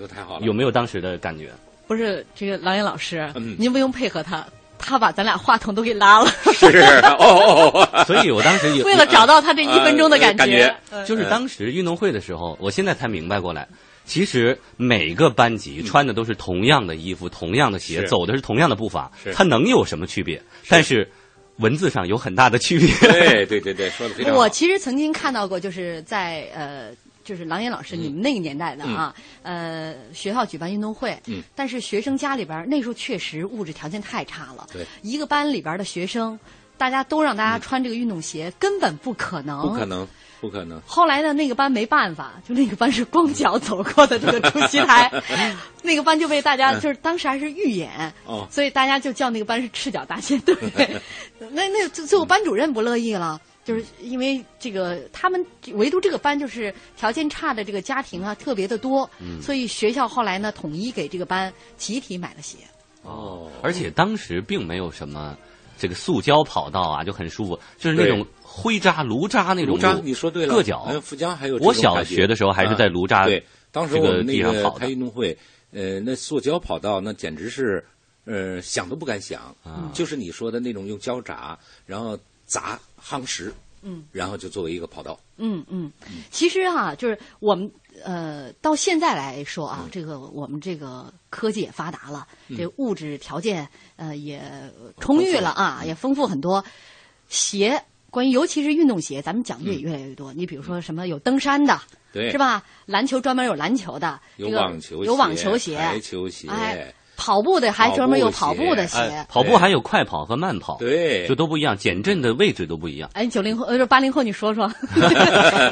[SPEAKER 3] 这太好了，
[SPEAKER 4] 有没有当时的感觉？
[SPEAKER 2] 不是这个郎岩老师，
[SPEAKER 4] 嗯
[SPEAKER 2] 您不用配合他，他把咱俩话筒都给拉了，
[SPEAKER 3] 是哦哦哦，
[SPEAKER 4] 所以我当时有
[SPEAKER 2] 为了找到他这一分钟
[SPEAKER 3] 呃
[SPEAKER 2] 的感觉嗯
[SPEAKER 4] 就是当时运动会的时候，我现在才明白过来，其实每个班级穿的都是同样的衣服、同样的鞋，
[SPEAKER 3] 嗯是
[SPEAKER 4] 走的是同样的步伐
[SPEAKER 3] 是，
[SPEAKER 4] 它能有什么区别？但是文字上有很大的区别。
[SPEAKER 3] 对对对对，说的非常好。
[SPEAKER 2] 我其实曾经看到过，就是在呃，就是郎岩老
[SPEAKER 3] 嗯
[SPEAKER 2] 师你们那个年代的啊，呃，学校举办运动会，
[SPEAKER 3] 嗯
[SPEAKER 2] 但是学生家里边儿那时候确实物质条件太差了，
[SPEAKER 3] 对嗯
[SPEAKER 2] 一个班里边儿的学生，大家都让大家穿这个运动鞋，根本不可能，
[SPEAKER 3] 不可。能，不可能。
[SPEAKER 2] 后来呢，那个班没办法， 就那个班是光脚走过的这个主席台，那个班就被大家就是当时还是预演，
[SPEAKER 3] 哦
[SPEAKER 2] 所以大家就叫那个班是赤脚大仙队。 那那最最后班主任不乐意了。就是因为这个，他们唯独这个班就是条件差的这个家庭啊，特别的多，
[SPEAKER 4] 嗯
[SPEAKER 2] 所以学校后来呢统一给这个班集体买了鞋。
[SPEAKER 4] 哦，而且当时并没有什么这个塑胶跑道啊，就很舒服，就是那种
[SPEAKER 3] 对
[SPEAKER 4] 灰渣、炉渣那种
[SPEAKER 3] 卢渣
[SPEAKER 4] 路，
[SPEAKER 3] 你说对了，
[SPEAKER 4] 硌脚
[SPEAKER 3] 哎。富江还有这种
[SPEAKER 4] 我小
[SPEAKER 3] 感觉
[SPEAKER 4] 学的时候还是在
[SPEAKER 3] 啊
[SPEAKER 4] 卢渣
[SPEAKER 3] 对，当时我们
[SPEAKER 4] 这个
[SPEAKER 3] 那
[SPEAKER 4] 地上
[SPEAKER 3] 个
[SPEAKER 4] 跑的
[SPEAKER 3] 开运动会，呃，那塑胶跑道那简直是，呃，想都不敢想，
[SPEAKER 4] 啊
[SPEAKER 3] 就是你说的那种用胶炸，然后砸夯实，
[SPEAKER 2] 嗯
[SPEAKER 3] 然后就作为一个跑道。
[SPEAKER 2] 嗯嗯，其实哈、就是我们呃，到现在来说啊，
[SPEAKER 3] 嗯
[SPEAKER 2] 这个我们这个科技也发达了，
[SPEAKER 21] 嗯
[SPEAKER 2] 这物质条件呃也充裕了啊，
[SPEAKER 3] 嗯
[SPEAKER 2] 也丰富很多。鞋，关于尤其是运动鞋，咱们讲的也越来越多。你比如说什么有登山的，
[SPEAKER 3] 嗯对
[SPEAKER 2] 是吧？篮球专门有篮球的，
[SPEAKER 3] 有
[SPEAKER 2] 这个
[SPEAKER 3] 网球鞋，
[SPEAKER 2] 有网球鞋，
[SPEAKER 3] 排球鞋，
[SPEAKER 2] 哎跑步的还专门有跑步的鞋。
[SPEAKER 4] 哎跑步还有快跑和慢跑，
[SPEAKER 3] 对，
[SPEAKER 4] 就都不一样，减震的位置都不一样。
[SPEAKER 2] 哎，九零后呃，八零后，你说 说，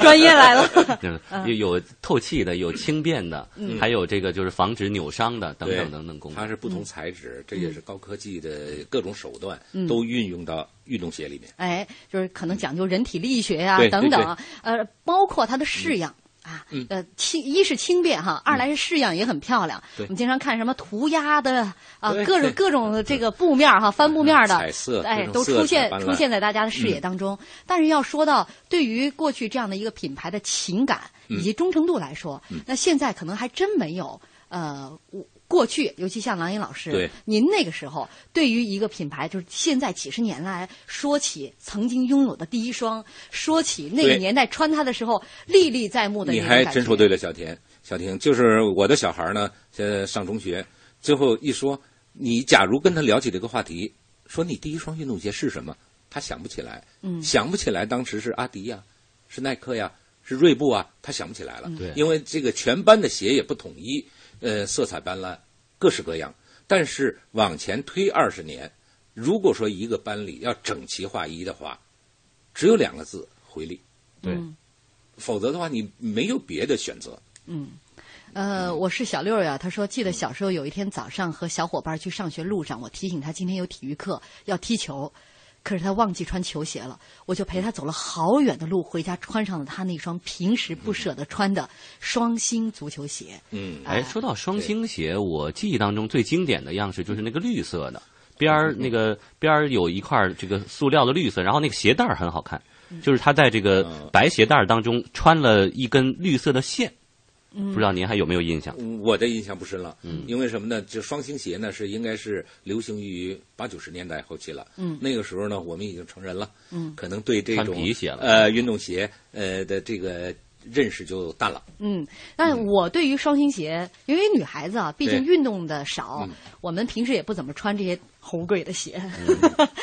[SPEAKER 2] 专业来了。
[SPEAKER 4] 就是
[SPEAKER 2] 嗯
[SPEAKER 4] 有有透气的，有轻便的，
[SPEAKER 2] 嗯
[SPEAKER 4] 还有这个就是防止扭伤的，等
[SPEAKER 3] 对
[SPEAKER 4] 等等等功能。
[SPEAKER 3] 它是不同材质，这也是高科技的各种手段、
[SPEAKER 2] 嗯
[SPEAKER 3] 都运用到运动鞋里面。
[SPEAKER 2] 哎，就是可能讲究人体力学呀、
[SPEAKER 3] 对对嗯
[SPEAKER 2] 等等啊，呃，包括它的式样。啊，呃，轻一是轻便哈，二来是式样也很漂亮。
[SPEAKER 3] 对
[SPEAKER 2] 我们经常看什么涂鸦的啊，
[SPEAKER 3] 对嗯
[SPEAKER 2] 各种各种这个布面哈，翻布面的
[SPEAKER 3] 彩色
[SPEAKER 2] 哎，
[SPEAKER 3] 各种
[SPEAKER 2] 都
[SPEAKER 3] 色
[SPEAKER 2] 出现
[SPEAKER 3] 彩斑斓嗯
[SPEAKER 2] 出现在大家的视野当中。但是要说到对于过去这样的一个品牌的情感
[SPEAKER 3] 嗯
[SPEAKER 2] 以及忠诚度来说，
[SPEAKER 3] 嗯
[SPEAKER 2] 那现在可能还真没有呃。我过去，尤其像郎英老师，
[SPEAKER 3] 对
[SPEAKER 2] 您那个时候对于一个品牌，就是现在几十年来说起曾经拥有的第一双，说起那个
[SPEAKER 3] 对
[SPEAKER 2] 年代穿它的时候历历在目的那
[SPEAKER 3] 你
[SPEAKER 2] 种
[SPEAKER 3] 还
[SPEAKER 2] 感
[SPEAKER 3] 真
[SPEAKER 2] 觉
[SPEAKER 3] 说对了，小田，小婷，就是我的小孩呢，现在上中学，最后一说，你假如跟他聊起这个话题，说你第一双运动鞋是什么，他想不起来，
[SPEAKER 15] 嗯
[SPEAKER 3] 想不起来当时是阿迪呀、是耐克呀、是锐步啊，他想不起来了，
[SPEAKER 2] 嗯
[SPEAKER 15] 对
[SPEAKER 3] 因为这个全班的鞋也不统一，呃，色彩斑斓，各式各样。但是往前推二十年，如果说一个班里要整齐划一的话，只有两个字：回力。
[SPEAKER 4] 对，
[SPEAKER 3] 否则的话你没有别的选择。
[SPEAKER 2] 嗯，呃，
[SPEAKER 3] 嗯
[SPEAKER 2] 我是小六呀。他说，记得小时候有一天早上和小伙伴去上学路上，我提醒他今天有体育课要踢球，可是他忘记穿球鞋了，我就陪他走了好远的路回家，穿上了他那双平时不舍得穿的双星足球鞋。啊
[SPEAKER 3] 嗯，
[SPEAKER 4] 哎，说到双星鞋，我记忆当中最经典的样式就是那个绿色的，边儿那个边儿有一块儿这个塑料的绿色，然后那个鞋带儿很好看，就是它在这个白鞋带儿当中穿了一根绿色的线，
[SPEAKER 3] 嗯
[SPEAKER 4] 不知道您还有没有印象？
[SPEAKER 3] 嗯我的印象不深了，
[SPEAKER 4] 嗯
[SPEAKER 3] 因为什么呢？就双星鞋呢是应该是流行于八九十年代后期了，
[SPEAKER 4] 嗯
[SPEAKER 3] 那个时候呢我们已经成人了，
[SPEAKER 4] 嗯
[SPEAKER 3] 可能对这种
[SPEAKER 4] 穿皮鞋了
[SPEAKER 3] 呃运动鞋呃的这个认识就淡了。
[SPEAKER 2] 嗯，但我对于双星鞋，因为女孩子啊，毕竟
[SPEAKER 3] 对
[SPEAKER 2] 运动的少
[SPEAKER 3] 嗯，
[SPEAKER 2] 我们平时也不怎么穿这些红贵的鞋。
[SPEAKER 3] 嗯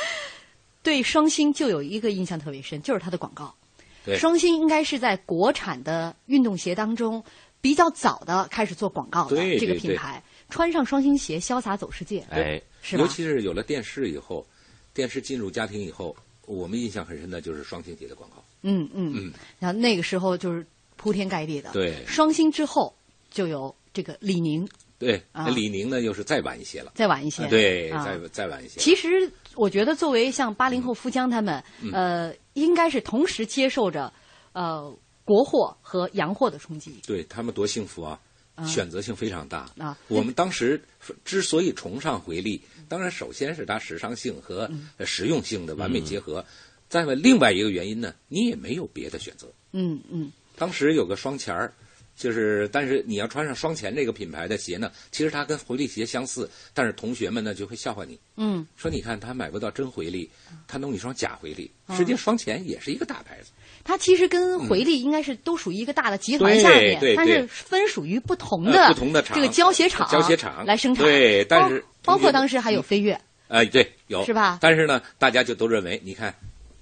[SPEAKER 2] 对双星就有一个印象特别深，就是它的广告。
[SPEAKER 16] 对
[SPEAKER 2] 双星应该是在国产的运动鞋当中比较早的开始做广告的
[SPEAKER 3] 对
[SPEAKER 2] 这个
[SPEAKER 3] 对
[SPEAKER 2] 品
[SPEAKER 3] 对
[SPEAKER 2] 牌。穿上双星鞋，潇洒走世界。
[SPEAKER 3] 哎，
[SPEAKER 2] 是吧
[SPEAKER 3] 尤其是有了电视以后，电视进入家庭以后，我们印象很深的就是双星鞋的广告。
[SPEAKER 2] 嗯嗯，
[SPEAKER 3] 嗯，
[SPEAKER 2] 然后那个时候就是铺天盖地的。
[SPEAKER 3] 对
[SPEAKER 2] 双星之后就有这个李宁，
[SPEAKER 3] 对，
[SPEAKER 2] 啊
[SPEAKER 3] 那李宁呢又是再晚一些了，
[SPEAKER 2] 再晚一些
[SPEAKER 3] 啊对，
[SPEAKER 2] 啊
[SPEAKER 3] 再再晚一些。
[SPEAKER 2] 其实，我觉得作为像八零后富江他们，
[SPEAKER 3] 嗯
[SPEAKER 2] 呃，应该是同时接受着呃国货和洋货的冲击。
[SPEAKER 3] 对他们多幸福啊！
[SPEAKER 2] 啊
[SPEAKER 3] 选择性非常大
[SPEAKER 2] 啊
[SPEAKER 3] 我们当时之所以崇尚回力，当然首先是它时尚性和
[SPEAKER 2] 嗯
[SPEAKER 3] 呃实用性的完美结合。再外另外一个原因呢，你也没有别的选择。
[SPEAKER 2] 嗯嗯
[SPEAKER 3] 当时有个双钱儿，就是但是你要穿上双钱这个品牌的鞋呢，其实它跟回力鞋相似，但是同学们呢就会笑话你，
[SPEAKER 2] 嗯，
[SPEAKER 3] 说你看他买不到真回力，他弄一双假回力。
[SPEAKER 2] 嗯
[SPEAKER 3] 实际双钱也是一个大牌子。
[SPEAKER 2] 它其实跟回力应该是都属于一个大的集团
[SPEAKER 3] 对
[SPEAKER 2] 下面，
[SPEAKER 3] 对
[SPEAKER 2] 但是
[SPEAKER 3] 对
[SPEAKER 2] 分属于不同
[SPEAKER 3] 呃
[SPEAKER 2] 的
[SPEAKER 3] 不同的厂
[SPEAKER 2] 这个胶鞋厂
[SPEAKER 3] 胶鞋厂
[SPEAKER 2] 来生产。
[SPEAKER 3] 对但是
[SPEAKER 2] 包包括
[SPEAKER 3] 同学们
[SPEAKER 2] 当时还有飞跃，
[SPEAKER 3] 哎，对，有
[SPEAKER 2] 是吧
[SPEAKER 3] 但是呢，大家就都认为，你看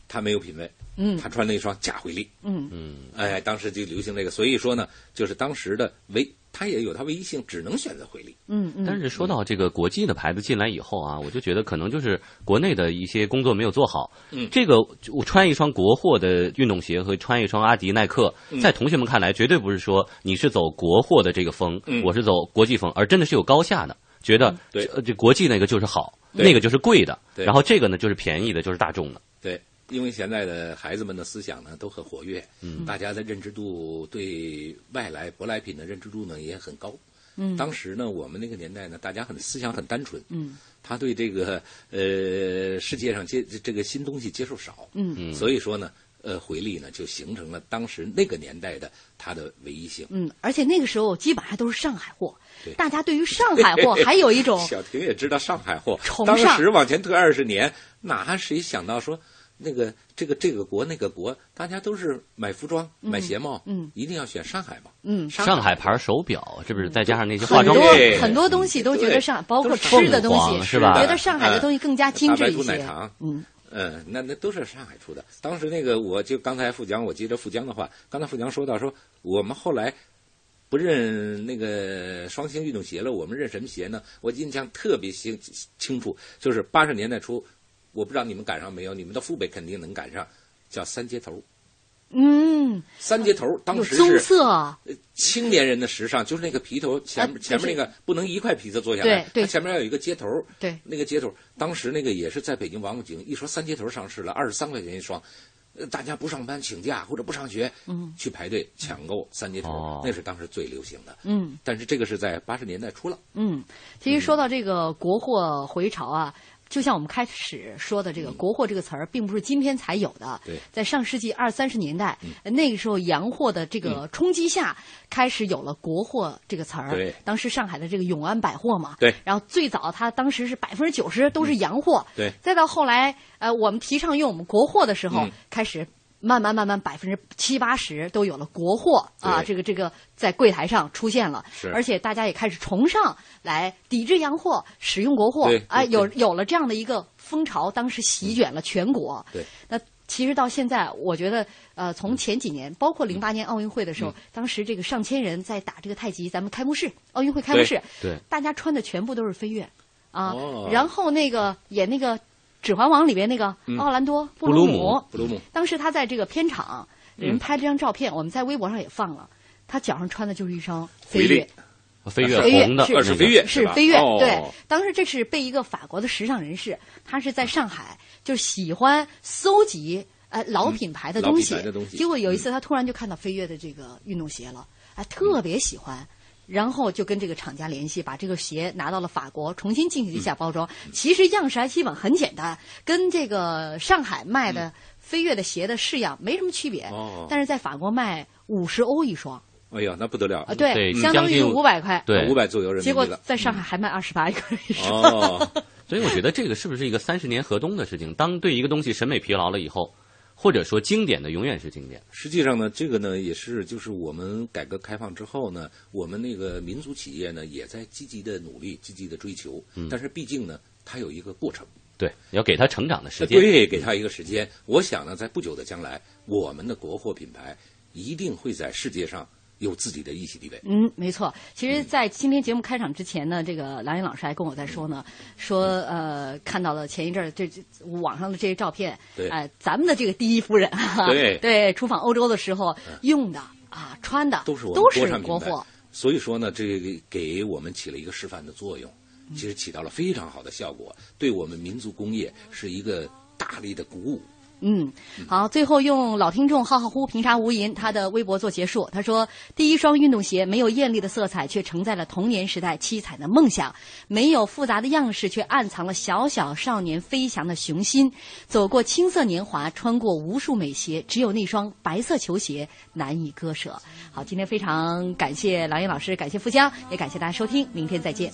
[SPEAKER 3] 他没有品位，
[SPEAKER 2] 嗯
[SPEAKER 3] 他穿了一双假回力，
[SPEAKER 2] 嗯
[SPEAKER 4] 嗯，
[SPEAKER 3] 哎，当时就流行这个，所以说呢，就是当时的唯，他也有他唯一性，只能选择回力。
[SPEAKER 2] 嗯嗯
[SPEAKER 4] 但是说到这个国际的牌子进来以后啊，我就觉得可能就是国内的一些工作没有做好。
[SPEAKER 3] 嗯
[SPEAKER 4] 这个我穿一双国货的运动鞋和穿一双阿迪耐克，
[SPEAKER 3] 嗯
[SPEAKER 4] 在同学们看来绝对不是说你是走国货的这个风，
[SPEAKER 3] 嗯
[SPEAKER 4] 我是走国际风，而真的是有高下的，觉
[SPEAKER 2] 嗯
[SPEAKER 4] 得
[SPEAKER 3] 对
[SPEAKER 4] 这这国际那个就是好，
[SPEAKER 3] 对
[SPEAKER 4] 那个就是贵的，
[SPEAKER 3] 对
[SPEAKER 4] 然后这个呢就是便宜的，就是大众的。
[SPEAKER 3] 对，因为现在的孩子们的思想呢都很活跃，
[SPEAKER 4] 嗯
[SPEAKER 3] 大家的认知度对外来舶来品的认知度呢也很高。
[SPEAKER 15] 嗯
[SPEAKER 3] 当时呢，我们那个年代呢，大家很思想很单纯，
[SPEAKER 15] 嗯
[SPEAKER 3] 他对这个呃世界上接这个新东西接受少，
[SPEAKER 15] 嗯嗯
[SPEAKER 3] 所以说呢，呃回力呢，就形成了当时那个年代的它的唯一性。
[SPEAKER 2] 嗯，而且那个时候基本上都是上海货
[SPEAKER 3] 对，
[SPEAKER 2] 大家对于上海 货还有一种
[SPEAKER 3] 小婷也知道上海货，
[SPEAKER 2] 哦崇
[SPEAKER 3] 当
[SPEAKER 2] 尚
[SPEAKER 3] 时往前推二十年，哪谁想到说那个这个这个国那个国，大家都是买服装、
[SPEAKER 4] 嗯
[SPEAKER 3] 买鞋帽，
[SPEAKER 2] 嗯
[SPEAKER 3] 一定要选上海嘛。
[SPEAKER 2] 嗯
[SPEAKER 4] 上海牌手表，是不是？再加上那些化
[SPEAKER 2] 很
[SPEAKER 4] 妆
[SPEAKER 2] 多
[SPEAKER 4] 品，
[SPEAKER 2] 很多东西都觉得上，包括
[SPEAKER 4] 都是
[SPEAKER 2] 吃的东
[SPEAKER 4] 凤
[SPEAKER 2] 西
[SPEAKER 4] 凰，是吧哎
[SPEAKER 2] 觉得上海的东西更加精致一
[SPEAKER 3] 哎大白兔奶
[SPEAKER 2] 些。
[SPEAKER 3] 糖，
[SPEAKER 2] 嗯
[SPEAKER 3] 嗯，那那都是上海出的。当时那个，我就刚才富江，我记得富江的话，刚才富江说到说，我们后来不认那个双星运动鞋了，我们认什么鞋呢？我印象特别清清楚，就是八十年代初，我不知道你们赶上没有，你们的父辈肯定能赶上，叫三接头。
[SPEAKER 2] 嗯，
[SPEAKER 3] 三接头当
[SPEAKER 2] 有
[SPEAKER 3] 时
[SPEAKER 2] 棕
[SPEAKER 3] 是
[SPEAKER 2] 色，
[SPEAKER 3] 青年人的时尚，就是那个皮头前面、前面那个不能一块皮子做下来，
[SPEAKER 2] 啊对对
[SPEAKER 3] 它前面要有一个接头，
[SPEAKER 2] 对，
[SPEAKER 3] 那个接头，当时那个也是在北京王府井，一说三接头上市了，二十三块钱一双，呃大家不上班请假或者不上学，
[SPEAKER 2] 嗯
[SPEAKER 3] 去排队抢购三接头，那是当时最流行的。
[SPEAKER 2] 嗯
[SPEAKER 3] 但是这个是在八十年代初了，
[SPEAKER 2] 嗯，其实说到这个国货回潮啊，就像我们开始说的，这个“国货”这个词儿，并不是今天才有的。
[SPEAKER 3] 嗯对嗯
[SPEAKER 2] 在上世纪二三十年代，那个时候洋货的这个冲击下，开始有了“国货”这个词儿。
[SPEAKER 3] 对
[SPEAKER 2] 当时上海的这个永安百货嘛，
[SPEAKER 3] 对嗯
[SPEAKER 2] 然后最早它当时是百分之九十都是洋货，
[SPEAKER 3] 对
[SPEAKER 2] 再到后来，呃，我们提倡用我们国货的时候，
[SPEAKER 3] 嗯
[SPEAKER 2] 开始慢慢慢慢百分之七八十都有了国货啊，
[SPEAKER 3] 对
[SPEAKER 2] 这个这个在柜台上出现了，
[SPEAKER 3] 是
[SPEAKER 2] 而且大家也开始崇尚来抵制洋货，使用国货
[SPEAKER 3] 对，
[SPEAKER 2] 哎，
[SPEAKER 3] 对
[SPEAKER 2] 有
[SPEAKER 3] 对嗯
[SPEAKER 2] 有了这样的一个风潮，当时席卷了全国。
[SPEAKER 3] 对，
[SPEAKER 2] 那其实到现在，我觉得，呃，从前几年，包括零八年奥运会的时候，
[SPEAKER 3] 嗯
[SPEAKER 2] 当时这个上千人在打这个太极，咱们开幕式，奥运会开幕式，
[SPEAKER 4] 对对
[SPEAKER 2] 大家穿的全部都是飞跃啊，
[SPEAKER 3] 哦
[SPEAKER 2] 然后那个演那个《指环王》里边那个
[SPEAKER 3] 嗯
[SPEAKER 2] 奥兰多布
[SPEAKER 3] 布
[SPEAKER 2] 鲁
[SPEAKER 3] 鲁姆布鲁姆
[SPEAKER 2] 当时他在这个片场，人
[SPEAKER 3] 嗯
[SPEAKER 2] 拍这张照片，我们在微博上也放了，他脚上穿的就是一双
[SPEAKER 4] 回
[SPEAKER 2] 飞
[SPEAKER 4] 力
[SPEAKER 2] 跃。
[SPEAKER 4] 飞跃
[SPEAKER 2] 飞跃
[SPEAKER 4] 红的
[SPEAKER 2] 是
[SPEAKER 4] 那个
[SPEAKER 3] 飞跃
[SPEAKER 2] 是
[SPEAKER 3] 吧
[SPEAKER 2] 飞跃
[SPEAKER 3] 哦，
[SPEAKER 2] 对，当时这是被一个法国的时尚人士，他是在上海，就喜欢搜集呃老品牌的
[SPEAKER 3] 嗯老
[SPEAKER 2] 东
[SPEAKER 3] 品
[SPEAKER 2] 西
[SPEAKER 3] 牌的东，西嗯
[SPEAKER 2] 结果有一次他突然就看到飞跃的这个运动鞋了，哎，特别喜欢。然后就跟这个厂家联系，把这个鞋拿到了法国，重新进行
[SPEAKER 3] 嗯
[SPEAKER 2] 一下包装。其实样式还基本很简单，跟这个上海卖的飞跃的鞋的式样没什么区别。
[SPEAKER 3] 嗯哦
[SPEAKER 2] 但是在法国卖五十欧一双，
[SPEAKER 3] 哎呦，那不得了
[SPEAKER 2] 啊对对相当于将近500块对
[SPEAKER 3] 五百左右人
[SPEAKER 2] 结
[SPEAKER 3] 民
[SPEAKER 2] 果
[SPEAKER 3] 币了。
[SPEAKER 2] 在上海还卖二十八一个一双。
[SPEAKER 3] 哦，
[SPEAKER 4] 所以我觉得这个是不是一个三十年河东的事情？当对一个东西审美疲劳了以后，或者说经典的永远是经典。
[SPEAKER 3] 实际上呢，这个呢也是就是我们改革开放之后呢，我们那个民族企业呢也在积极的努力、积极的追求，
[SPEAKER 4] 嗯
[SPEAKER 3] 但是毕竟呢，它有一个过程，
[SPEAKER 4] 对，要给它成长的时间。
[SPEAKER 3] 对，给它一个时间。我想呢，在不久的将来，我们的国货品牌一定会在世界上有自己的一席地位。
[SPEAKER 2] 嗯，没错。其实，在今天节目开场之前呢，这个郎云老师还跟我在说呢，说呃，看到了前一阵儿这这网上的这些照片，
[SPEAKER 3] 对
[SPEAKER 2] 哎、咱们的这个第一夫人，哈哈
[SPEAKER 3] 对
[SPEAKER 2] 对，出访欧洲的时候用的啊，穿的
[SPEAKER 3] 都是我们
[SPEAKER 2] 都
[SPEAKER 3] 国
[SPEAKER 2] 是
[SPEAKER 3] 产
[SPEAKER 2] 国
[SPEAKER 3] 品牌
[SPEAKER 2] 货，
[SPEAKER 3] 所以说呢，这个给我们起了一个示范的作用，其实起到了非常好的效果，对我们民族工业是一个大力的鼓舞。
[SPEAKER 2] 嗯，好，最后用老听众浩浩乎平沙无垠他的微博做结束。他说：“第一双运动鞋没有艳丽的色彩，却承载了童年时代七彩的梦想；没有复杂的样式，却暗藏了小小少年飞翔的雄心。走过青涩年华，穿过无数美鞋，只有那双白色球鞋难以割舍。”好，今天非常感谢郎云老师，感谢富江，也感谢大家收听，明天再见。